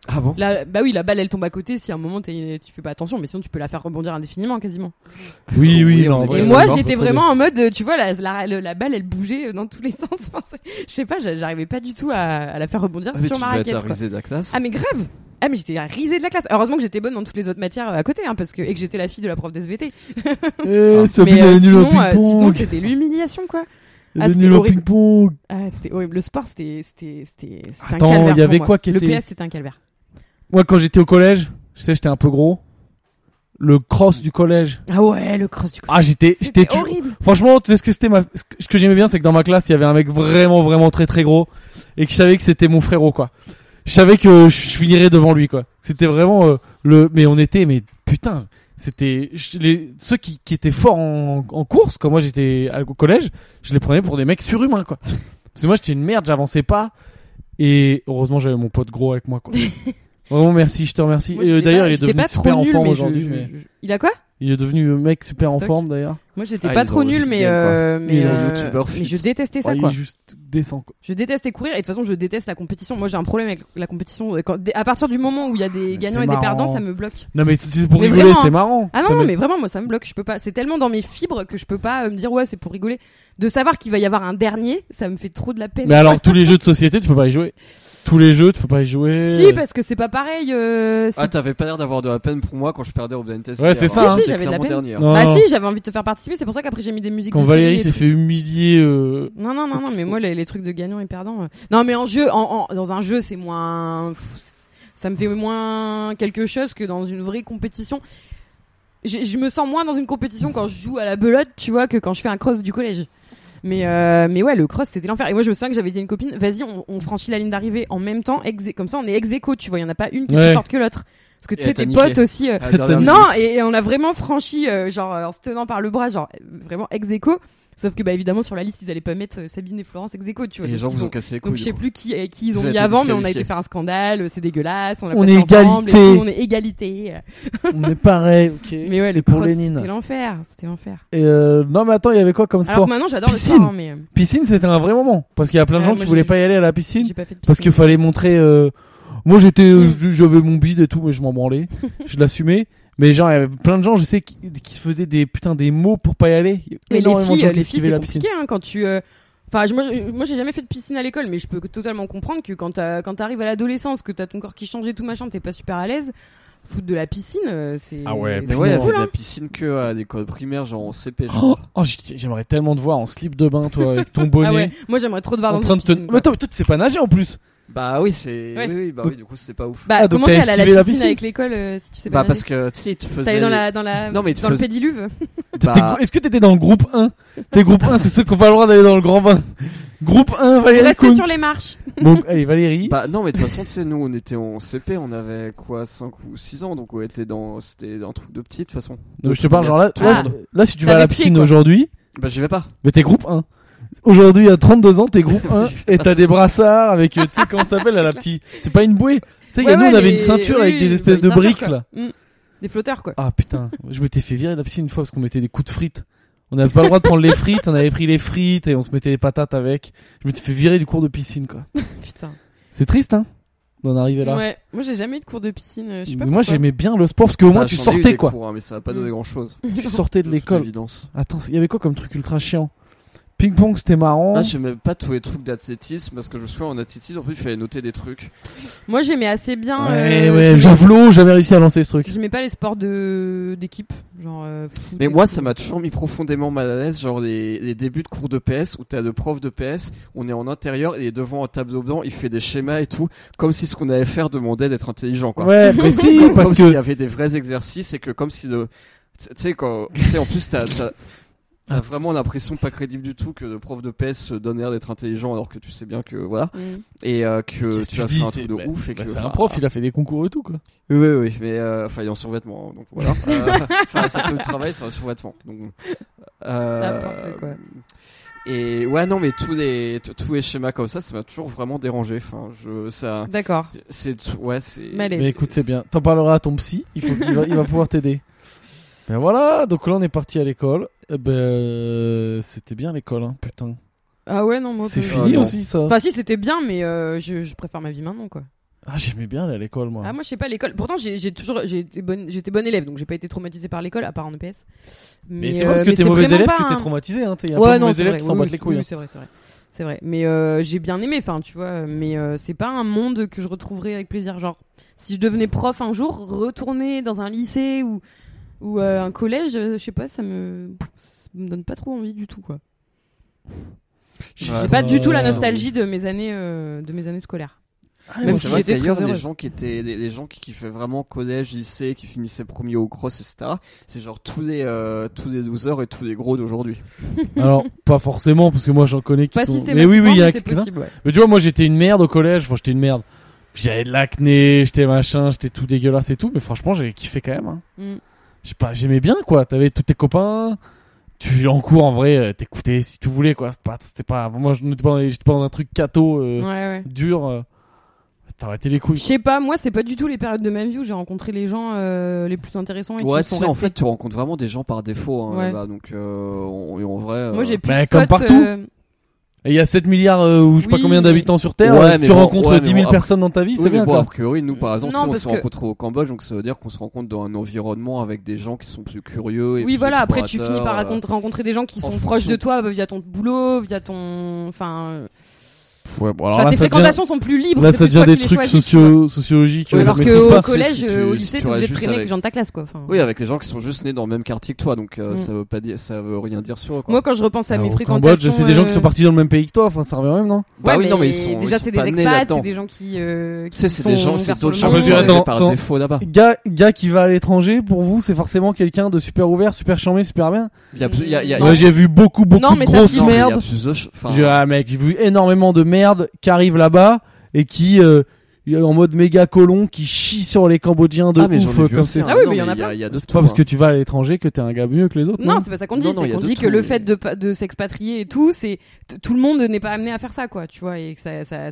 Speaker 3: Ah bon
Speaker 2: Là, bah oui, la balle, elle tombe à côté si à un moment t'es- tu fais pas attention, mais sinon, tu peux la faire rebondir indéfiniment quasiment.
Speaker 1: Oui, oui,
Speaker 3: Oui,
Speaker 1: non.
Speaker 3: on est-
Speaker 1: ouais,
Speaker 2: et
Speaker 1: non,
Speaker 2: moi,
Speaker 1: non,
Speaker 2: j'étais
Speaker 1: faut pas
Speaker 2: vraiment en mode, euh, tu vois, la, la, le- la balle, elle bougeait euh, dans tous les sens. Enfin, c'est- je sais pas, j'a- j'arrivais pas du tout à, à la faire rebondir
Speaker 3: Ah, mais
Speaker 2: sur
Speaker 3: tu
Speaker 2: ma
Speaker 3: vas être
Speaker 2: raquette.
Speaker 3: à
Speaker 2: quoi.
Speaker 3: risée de la classe.
Speaker 2: Ah mais grave Ah mais j'étais la risée de la classe. Heureusement que j'étais bonne dans toutes les autres matières euh, à côté, hein, parce que et que j'étais la fille de la prof d'SVT.
Speaker 1: dire. Eh, Sabine,
Speaker 2: Mais
Speaker 1: elle
Speaker 2: euh,
Speaker 1: est nulle au
Speaker 2: sinon, euh, sinon,
Speaker 1: ping-pong.
Speaker 2: c'était l'humiliation quoi.
Speaker 1: Elle
Speaker 2: ah,
Speaker 1: est
Speaker 2: c'était
Speaker 1: nulle au
Speaker 2: horrible.
Speaker 1: ping-pong.
Speaker 2: Ah, c'était horrible. Le sport, c'était c'était c'était c'était un
Speaker 1: Attends,
Speaker 2: calvaire.
Speaker 1: il y
Speaker 2: pour
Speaker 1: avait
Speaker 2: moi.
Speaker 1: quoi qui
Speaker 2: Le
Speaker 1: était-
Speaker 2: PS, c'était un calvaire.
Speaker 1: Moi, quand j'étais au collège, je sais, j'étais un peu gros. Le cross du collège.
Speaker 2: Ah ouais, le cross du
Speaker 1: Ah, j'étais, j'étais,
Speaker 2: C'était
Speaker 1: tu-
Speaker 2: horrible.
Speaker 1: Franchement, tu sais ce que c'était ma... ce que- ce que j'aimais bien, c'est que dans ma classe, il y avait un mec vraiment, vraiment très, très gros, et que je savais que c'était mon frérot, quoi. Je savais que je finirais devant lui, quoi. C'était vraiment euh, le, mais on était, mais putain, c'était je- les... ceux qui, qui étaient forts en, en course, quand moi j'étais à- au collège, je les prenais pour des mecs surhumains, quoi. Parce que moi j'étais une merde, j'avançais pas, et heureusement j'avais mon pote gros avec moi, quoi. Vraiment merci, je te remercie.
Speaker 2: Moi,
Speaker 1: Et, euh,
Speaker 2: j'étais
Speaker 1: d'ailleurs,
Speaker 2: pas-
Speaker 1: il est
Speaker 2: j'étais
Speaker 1: devenu
Speaker 2: pas trop
Speaker 1: super en
Speaker 2: nulle,
Speaker 1: forme
Speaker 2: mais je-
Speaker 1: aujourd'hui.
Speaker 2: je-
Speaker 1: mais-
Speaker 2: je- Il a quoi
Speaker 1: Il est devenu un mec super en
Speaker 2: Stock.
Speaker 1: forme d'ailleurs.
Speaker 2: Moi, j'étais
Speaker 3: Ah,
Speaker 2: pas
Speaker 3: ils
Speaker 2: trop
Speaker 3: ont
Speaker 2: nulle, mais
Speaker 3: refilé, quoi.
Speaker 2: euh, mais
Speaker 1: Ils ont
Speaker 2: euh,
Speaker 3: youtubeur fit.
Speaker 2: mais je détestais ça
Speaker 1: Ouais,
Speaker 2: quoi.
Speaker 1: Il est juste décent quoi.
Speaker 2: Je déteste courir et de toute façon je déteste la compétition. Moi j'ai un problème avec la compétition. Quand- dès- à partir du moment où il y a des
Speaker 1: Mais
Speaker 2: gagnants
Speaker 1: c'est
Speaker 2: et des
Speaker 1: marrant.
Speaker 2: perdants, ça me bloque.
Speaker 1: Non mais si c'est pour
Speaker 2: Mais
Speaker 1: rigoler,
Speaker 2: vraiment,
Speaker 1: c'est marrant.
Speaker 2: Ah
Speaker 1: Ça
Speaker 2: non, non
Speaker 1: m'est-
Speaker 2: mais vraiment moi ça me bloque. Je peux pas. C'est tellement dans mes fibres que je peux pas euh, me dire ouais c'est pour rigoler. De savoir qu'il va y avoir un dernier, ça me fait trop de la peine.
Speaker 1: Mais alors tous les jeux de société, tu peux pas y jouer. Tous les jeux, tu peux pas y jouer.
Speaker 2: Si parce que c'est pas pareil. euh, c'est-
Speaker 3: Ah, t'avais pas l'air d'avoir de la peine pour moi quand je perdais au blind test.
Speaker 1: Ouais,
Speaker 3: hier.
Speaker 1: c'est ça, Si, hein.
Speaker 2: si,
Speaker 3: J'étais
Speaker 2: j'avais de la
Speaker 3: clairement
Speaker 2: peine.
Speaker 3: dernier.
Speaker 1: Non,
Speaker 2: bah
Speaker 1: non.
Speaker 2: si j'avais envie de te faire participer. C'est pour ça qu'après j'ai mis des musiques.
Speaker 1: Quand
Speaker 2: de
Speaker 1: Valérie
Speaker 2: folie et
Speaker 1: s'est fait humilier. euh,
Speaker 3: Mm.
Speaker 2: Non, non, non, non, mais moi, les, les trucs de gagnant et perdant. euh. Non, mais en jeu, en, en- dans un jeu, c'est moins. pff, Ça me fait moins quelque chose que dans une vraie compétition. Je, je me sens moins dans une compétition quand je joue à la belote, tu vois, que quand je fais un cross du collège. Mais, euh, mais ouais, le cross, c'était l'enfer. Et moi, je me souviens que j'avais dit à une copine, vas-y, on, on franchit la ligne d'arrivée en même temps, ex- comme ça, on est ex aequo, tu vois, il y en a pas une qui est
Speaker 1: Ouais.
Speaker 2: plus forte que l'autre. Parce que tu
Speaker 3: Et
Speaker 2: sais,
Speaker 3: t'as
Speaker 2: tes
Speaker 3: niqué.
Speaker 2: potes aussi. euh,
Speaker 3: À la dernière
Speaker 2: non,
Speaker 3: minute.
Speaker 2: et, et on a vraiment franchi, euh, genre euh, en se tenant par le bras, genre euh, vraiment ex aequo. Sauf que, bah évidemment, sur la liste, ils allaient pas mettre euh, Sabine et Florence ex aequo, tu vois.
Speaker 3: Et les
Speaker 2: donc
Speaker 3: gens
Speaker 2: ils
Speaker 3: vous
Speaker 2: ont-
Speaker 3: ont cassé les couilles.
Speaker 2: donc je sais
Speaker 3: du coup.
Speaker 2: plus qui, euh, qui ils ont
Speaker 3: Vous avez
Speaker 2: mis
Speaker 3: été
Speaker 2: avant, mais on a
Speaker 3: disqualifiés.
Speaker 2: été faire un scandale, euh, c'est dégueulasse, on a
Speaker 1: On
Speaker 2: passé
Speaker 1: est
Speaker 2: ensemble, et
Speaker 1: égalité.
Speaker 2: tout, on est égalité.
Speaker 1: on est pareil, ok.
Speaker 2: Mais ouais,
Speaker 1: c'est
Speaker 2: le
Speaker 1: pour
Speaker 2: cross,
Speaker 1: Lénine.
Speaker 2: C'était l'enfer, c'était l'enfer.
Speaker 1: Et euh, non mais attends, il y avait quoi comme
Speaker 2: Alors
Speaker 1: sport
Speaker 2: que maintenant, j'adore le
Speaker 1: Piscine.
Speaker 2: sport, hein, mais euh,
Speaker 1: Piscine, c'était un vrai moment parce qu'il y a plein de
Speaker 2: Ouais,
Speaker 1: gens
Speaker 2: moi,
Speaker 1: qui voulaient
Speaker 2: j'ai-
Speaker 1: pas y aller à la piscine
Speaker 2: j'ai pas fait de piscine.
Speaker 1: parce qu'il fallait montrer. euh, Moi j'étais, euh,
Speaker 2: Mm.
Speaker 1: j'avais mon bide et tout, mais je m'en branlais, je l'assumais. Mais genre il y avait plein de gens, je sais, qui, qui se faisaient des putain des mots pour pas y aller. Il y a
Speaker 2: Mais les
Speaker 1: énormément de
Speaker 2: filles,
Speaker 1: gens
Speaker 2: euh,
Speaker 1: qui
Speaker 2: les filles,
Speaker 1: esquivaient
Speaker 2: c'est
Speaker 1: la piscine.
Speaker 2: compliqué hein, quand tu. euh, Enfin, je- moi, je- moi, j'ai jamais fait de piscine à l'école, mais je peux totalement comprendre que quand t'as- quand t'arrives à l'adolescence, que t'as ton corps qui change et tout machin, t'es pas super à l'aise. Foutre de la piscine, euh, c'est.
Speaker 1: Ah ouais,
Speaker 2: c'est
Speaker 3: Mais ouais, il y
Speaker 2: cool,
Speaker 3: avait de la
Speaker 2: hein.
Speaker 3: piscine que à l'école primaire, genre en CP, je
Speaker 1: Oh,
Speaker 3: crois.
Speaker 1: oh, j- j'aimerais tellement te voir en slip de bain, toi, avec ton bonnet,
Speaker 2: Ah ouais, moi j'aimerais trop te voir
Speaker 1: en
Speaker 2: dans
Speaker 1: train
Speaker 2: une
Speaker 1: de te.
Speaker 2: piscine.
Speaker 1: Mais
Speaker 2: quoi.
Speaker 1: attends, mais toi, tu sais pas nager en plus.
Speaker 3: Bah oui, c'est.
Speaker 2: Ouais.
Speaker 3: Oui, oui, bah
Speaker 1: Donc-
Speaker 3: oui, du coup, c'est pas ouf.
Speaker 2: Bah,
Speaker 1: Ah, donc
Speaker 2: comment
Speaker 1: t'as
Speaker 2: t'es allé à la
Speaker 1: esquivé la
Speaker 2: piscine,
Speaker 1: piscine
Speaker 2: avec l'école euh, si tu sais pas
Speaker 3: Bah
Speaker 2: nager
Speaker 3: parce que, tu sais, ils te
Speaker 2: T'es
Speaker 3: faisaient.
Speaker 2: allé dans la dans la
Speaker 3: Non, mais tu
Speaker 2: dans le
Speaker 3: faisais-
Speaker 2: pédiluve.
Speaker 1: T'étais-
Speaker 3: Bah-
Speaker 1: Est-ce que t'étais dans le groupe 1 T'es groupe 1, c'est ceux qui ont pas le droit d'aller dans le grand bain. Groupe 1, Valérie
Speaker 2: Restez
Speaker 1: Kuhn.
Speaker 2: sur les marches.
Speaker 1: Bon, allez, Valérie.
Speaker 3: Bah non, mais de toute façon, tu sais, nous, on était en CP, on avait quoi, 5 ou 6 ans, donc on était dans. C'était un truc de petit, de toute façon.
Speaker 1: Non, mais je te parle, genre là, tu
Speaker 2: Ah.
Speaker 1: vois, là, si tu vas
Speaker 2: T'as
Speaker 1: à la
Speaker 2: les pieds,
Speaker 1: piscine
Speaker 2: quoi.
Speaker 1: aujourd'hui,
Speaker 3: Bah j'y vais pas.
Speaker 1: mais t'es groupe 1. Aujourd'hui, à 32 ans, t'es groupe 1
Speaker 3: Je fais
Speaker 1: et
Speaker 3: pas
Speaker 1: t'as des brassards avec, euh, tu sais, comment ça s'appelle, là, la petite. C'est pas une bouée. Tu sais,
Speaker 2: Ouais,
Speaker 1: nous, on
Speaker 2: ouais,
Speaker 1: avait
Speaker 2: les-
Speaker 1: une ceinture
Speaker 2: oui,
Speaker 1: avec des
Speaker 2: oui,
Speaker 1: espèces de
Speaker 2: bah, une ceinture,
Speaker 1: briques,
Speaker 2: quoi.
Speaker 1: là.
Speaker 2: Mm. Des flotteurs quoi.
Speaker 1: Ah putain, je m'étais fait virer de la piscine une fois parce qu'on mettait des coups de frites. On n'avait pas le droit de prendre les frites, on avait pris les frites et on se mettait des patates avec. Je m'étais fait virer du cours de piscine quoi.
Speaker 2: Putain.
Speaker 1: C'est triste hein d'en arriver là.
Speaker 2: Ouais, moi j'ai jamais eu de cours de piscine, euh, je sais
Speaker 1: Mais
Speaker 2: pas.
Speaker 1: moi
Speaker 2: pourquoi.
Speaker 1: j'aimais bien le sport parce qu'au moins
Speaker 3: Bah,
Speaker 1: tu
Speaker 3: j'en ai eu
Speaker 1: sortais
Speaker 3: des
Speaker 1: quoi.
Speaker 3: cours, hein, mais ça a pas donné grand chose.
Speaker 1: Tu sortais de l'école.
Speaker 3: évidence.
Speaker 1: Attends, il y avait quoi comme truc ultra chiant Ping-pong, c'était marrant.
Speaker 3: Ah, j'aimais pas tous les trucs d'athlétisme parce que je me souviens en athlétisme, en plus, il fallait noter des trucs.
Speaker 2: Moi, j'aimais assez bien.
Speaker 1: ouais,
Speaker 2: euh,
Speaker 1: ouais,
Speaker 2: j'aimais-
Speaker 1: javelot, j'avais réussi à lancer ce truc.
Speaker 2: J'aimais pas les sports de d'équipe, genre. euh, foot
Speaker 3: Mais
Speaker 2: et
Speaker 3: moi,
Speaker 2: tout.
Speaker 3: ça m'a toujours mis profondément mal à l'aise, genre les, les débuts de cours de PS où t'as le prof de PS, on est en intérieur et il est devant un tableau blanc, il fait des schémas et tout, comme si ce qu'on allait faire demandait d'être intelligent, quoi.
Speaker 1: Ouais, mais si,
Speaker 3: Comme-
Speaker 1: parce
Speaker 3: comme s'il y
Speaker 1: que.
Speaker 3: avait des vrais exercices et que comme si le, tu sais quand, tu sais en plus t'as t'as- t'as
Speaker 1: Ah,
Speaker 3: vraiment l'impression pas crédible du tout que le prof de PS se donne l'air d'être intelligent alors que tu sais bien que voilà
Speaker 2: Mm.
Speaker 3: et euh, que
Speaker 1: Qu'est-ce
Speaker 3: tu
Speaker 1: que
Speaker 3: vas
Speaker 1: tu
Speaker 3: faire un
Speaker 1: dis,
Speaker 3: truc
Speaker 1: c'est-
Speaker 3: de
Speaker 1: bah,
Speaker 3: ouf et
Speaker 1: bah,
Speaker 3: que
Speaker 1: c'est un
Speaker 3: ah,
Speaker 1: prof, il a fait des concours et tout, quoi.
Speaker 3: oui, oui, oui, mais euh, enfin, il est en survêtement, hein, donc voilà. Euh, Enfin, c'est tout le travail, c'est un survêtement. Donc, euh,
Speaker 2: N'importe quoi.
Speaker 3: Et ouais, non, mais tous les t- tous les schémas comme ça, ça m'a toujours vraiment dérangé. Enfin, je ça,
Speaker 2: D'accord.
Speaker 3: c'est tout- ouais, c'est.
Speaker 2: Malaise. Et
Speaker 1: Mais écoute, c'est bien. T'en parleras à ton psy. Il, faut, il, va, il va pouvoir t'aider. Ben voilà, donc là on est parti à l'école. Eh ben, euh, c'était bien l'école, hein, putain.
Speaker 2: Ah ouais, non, moi.
Speaker 1: C'est
Speaker 2: peu-
Speaker 1: fini hein.
Speaker 3: non.
Speaker 1: aussi ça.
Speaker 2: Enfin, si c'était bien, mais euh, je, je préfère ma vie maintenant, quoi.
Speaker 1: Ah, j'aimais bien aller à l'école moi.
Speaker 2: Ah, moi, je sais pas, l'école. Pourtant, j'ai j'ai toujours. j'ai été bonne- J'étais bonne, élève, donc j'ai pas été traumatisée par l'école, à part en EPS.
Speaker 1: mais c'est pas parce que
Speaker 2: euh,
Speaker 1: t'es
Speaker 2: mais
Speaker 1: mauvais
Speaker 2: vraiment
Speaker 1: élève
Speaker 2: pas
Speaker 1: que t'es
Speaker 2: un-
Speaker 1: traumatisé. Hein. T'es- y a
Speaker 2: Ouais,
Speaker 1: pas de
Speaker 2: non,
Speaker 1: mauvais
Speaker 2: c'est
Speaker 1: élèves
Speaker 2: vrai,
Speaker 1: qui s'en
Speaker 2: oui,
Speaker 1: battent
Speaker 2: oui,
Speaker 1: les couilles. hein.
Speaker 2: oui, c'est vrai, c'est vrai. C'est vrai. Mais euh, j'ai bien aimé, enfin, tu vois, mais euh, c'est pas un monde que je retrouverais avec plaisir. Genre, si je devenais prof un jour, retourner dans un lycée ou, ou euh, un collège, euh, je sais pas, ça me... ça me donne pas trop envie du tout, quoi.
Speaker 1: J'ai
Speaker 3: Ouais,
Speaker 2: J'ai pas
Speaker 3: ça-
Speaker 2: du tout la
Speaker 3: ça-
Speaker 2: nostalgie de mes années, euh, de mes années scolaires.
Speaker 3: Mais
Speaker 2: Même
Speaker 3: c'est
Speaker 2: si
Speaker 3: vrai que
Speaker 2: Ah, j'étais très
Speaker 3: d'ailleurs, les
Speaker 2: heureuse.
Speaker 3: gens qui étaient, les, les gens qui kiffaient vraiment collège, lycée, qui finissaient premier au cross, etc. C'est genre tous les, euh, tous les losers et tous les gros d'aujourd'hui.
Speaker 1: Alors, pas forcément, parce que moi j'en connais qui
Speaker 2: Pas
Speaker 1: sont.
Speaker 2: systématiquement,
Speaker 1: Mais oui, oui, il y a
Speaker 2: c'est
Speaker 1: quelques-uns.
Speaker 2: possible. ouais.
Speaker 1: Mais tu vois, moi j'étais une merde au collège. Enfin, j'étais une merde. J'avais de l'acné, j'étais machin, j'étais tout dégueulasse et tout. Mais franchement, j'avais kiffé quand même. hein.
Speaker 2: Mm.
Speaker 1: je sais pas, j'aimais bien quoi. T'avais tous tes copains, tu en cours en vrai, euh, t'écoutais si tu voulais quoi. C'était pas, c'était pas, moi je n'étais pas, dans- j'étais pas dans un truc catho euh,
Speaker 2: Ouais, ouais.
Speaker 1: dur. euh, T'as arrêté les
Speaker 2: Je
Speaker 1: couilles.
Speaker 2: sais pas, moi, c'est pas du tout les périodes de ma vie où j'ai rencontré les gens euh, les plus intéressants et
Speaker 3: Ouais,
Speaker 2: qui
Speaker 3: tu
Speaker 2: sont
Speaker 3: sais, en
Speaker 2: restés.
Speaker 3: fait, tu rencontres vraiment des gens par défaut, hein,
Speaker 2: Ouais.
Speaker 3: là-bas. Donc, euh, on- et en vrai.
Speaker 2: Moi,
Speaker 3: euh,
Speaker 2: j'ai plus
Speaker 1: Bah,
Speaker 2: de
Speaker 1: comme
Speaker 2: potes,
Speaker 1: partout.
Speaker 2: euh,
Speaker 1: Et il y a 7 milliards euh, ou je sais pas
Speaker 2: Oui,
Speaker 1: combien
Speaker 2: mais-
Speaker 1: d'habitants sur Terre.
Speaker 3: Ouais,
Speaker 1: euh, si
Speaker 3: mais
Speaker 1: tu
Speaker 3: bon,
Speaker 1: rencontres
Speaker 3: ouais, mais
Speaker 1: 10 000
Speaker 3: bon,
Speaker 1: personnes dans ta vie,
Speaker 3: Oui,
Speaker 1: c'est
Speaker 3: mais
Speaker 1: bien
Speaker 3: bon,
Speaker 1: quoi.
Speaker 3: a priori, nous, par exemple,
Speaker 2: Non,
Speaker 3: si on
Speaker 2: parce
Speaker 3: se
Speaker 2: que-
Speaker 3: rencontre au Cambodge, donc ça veut dire qu'on se rencontre dans un environnement avec des gens qui sont plus curieux.
Speaker 2: Oui,
Speaker 3: Et plus
Speaker 2: voilà, après tu
Speaker 3: explorateurs,
Speaker 2: finis par
Speaker 3: euh,
Speaker 2: rencontrer, rencontrer des gens qui
Speaker 3: en
Speaker 2: sont
Speaker 3: fonction-
Speaker 2: proches de toi bah, via ton boulot, via ton. Enfin, euh,
Speaker 1: Ouais, bon, alors
Speaker 2: enfin,
Speaker 1: là,
Speaker 2: tes
Speaker 1: ça devient,
Speaker 2: fréquentations sont plus libres.
Speaker 1: là,
Speaker 2: c'est
Speaker 1: ça
Speaker 2: plus
Speaker 1: devient
Speaker 2: toi
Speaker 1: des
Speaker 2: qui les
Speaker 1: trucs
Speaker 2: choisis, tu vois.
Speaker 1: socio sociologiques.
Speaker 3: Ouais,
Speaker 1: euh,
Speaker 2: Alors
Speaker 1: mais
Speaker 3: qui
Speaker 1: c'est
Speaker 3: se
Speaker 2: qu'au
Speaker 1: pas-
Speaker 3: passe,
Speaker 2: collège,
Speaker 3: si tu-
Speaker 2: euh, au
Speaker 3: si
Speaker 2: lycée,
Speaker 3: tu
Speaker 2: t'es obligé de
Speaker 3: rajoutes
Speaker 2: traîner avec
Speaker 3: avec-
Speaker 2: les gens de ta classe, quoi. Enfin,
Speaker 3: Oui, avec les gens qui sont juste nés dans le même quartier que toi, donc euh,
Speaker 2: Mm.
Speaker 3: ça veut pas dire, ça veut rien dire sur eux. Quoi.
Speaker 2: Moi, quand je repense à mes
Speaker 1: Ah, Euh, au
Speaker 2: fréquentations.
Speaker 1: Cambodge, c'est des gens qui
Speaker 2: euh,
Speaker 1: sont partis dans le même pays que toi. Enfin, ça revient même, non
Speaker 2: ouais,
Speaker 3: bah oui, non, mais ils sont,
Speaker 2: Déjà,
Speaker 3: ils sont
Speaker 2: c'est
Speaker 3: pas
Speaker 2: des
Speaker 3: nés
Speaker 2: expats,
Speaker 3: là-dedans.
Speaker 2: c'est des gens qui. euh,
Speaker 3: Tu sais,
Speaker 2: qui
Speaker 3: c'est
Speaker 2: sont
Speaker 3: des gens, c'est
Speaker 2: ouverts sur
Speaker 3: d'autres
Speaker 2: le
Speaker 3: gens
Speaker 1: monde.
Speaker 3: qui sont
Speaker 1: Ah, mais
Speaker 3: nés
Speaker 1: attends,
Speaker 3: par
Speaker 1: attends.
Speaker 3: défaut là-bas.
Speaker 1: Gars, gars qui va à l'étranger, pour vous, c'est forcément quelqu'un de super ouvert, super charmé, super bien.
Speaker 3: Il y a plus, il y a, il y a,
Speaker 1: Moi, j'ai vu beaucoup, beaucoup
Speaker 2: Non,
Speaker 1: de
Speaker 2: mais ça
Speaker 1: grosses
Speaker 2: file.
Speaker 3: non, mais il y a
Speaker 1: merdes.
Speaker 3: plus de ch- enfin,
Speaker 1: J'ai ah, mec, j'ai vu énormément de merde qui arrive là-bas et qui euh, en mode méga colon qui chie sur les Cambodgiens de
Speaker 3: ah, mais j'en ai
Speaker 1: ouf
Speaker 3: vu
Speaker 1: euh, comme
Speaker 3: aussi,
Speaker 1: c'est.
Speaker 3: hein.
Speaker 2: Ah oui,
Speaker 3: Non,
Speaker 2: mais il y en a
Speaker 3: il y a,
Speaker 2: plein.
Speaker 3: il y a de
Speaker 1: C'est
Speaker 3: tout,
Speaker 1: pas parce
Speaker 3: hein.
Speaker 1: que tu vas à l'étranger que t'es un gars mieux que les autres. hein.
Speaker 2: Non, c'est pas ça qu'on dit.
Speaker 3: Non, non,
Speaker 2: C'est
Speaker 3: il y a
Speaker 2: qu'on
Speaker 3: de
Speaker 2: dit
Speaker 3: tout,
Speaker 2: que le
Speaker 3: mais-
Speaker 2: fait de, pa- de s'expatrier et tout, c'est t- tout le monde n'est pas amené à faire ça, quoi. Tu vois, et que ça, ça,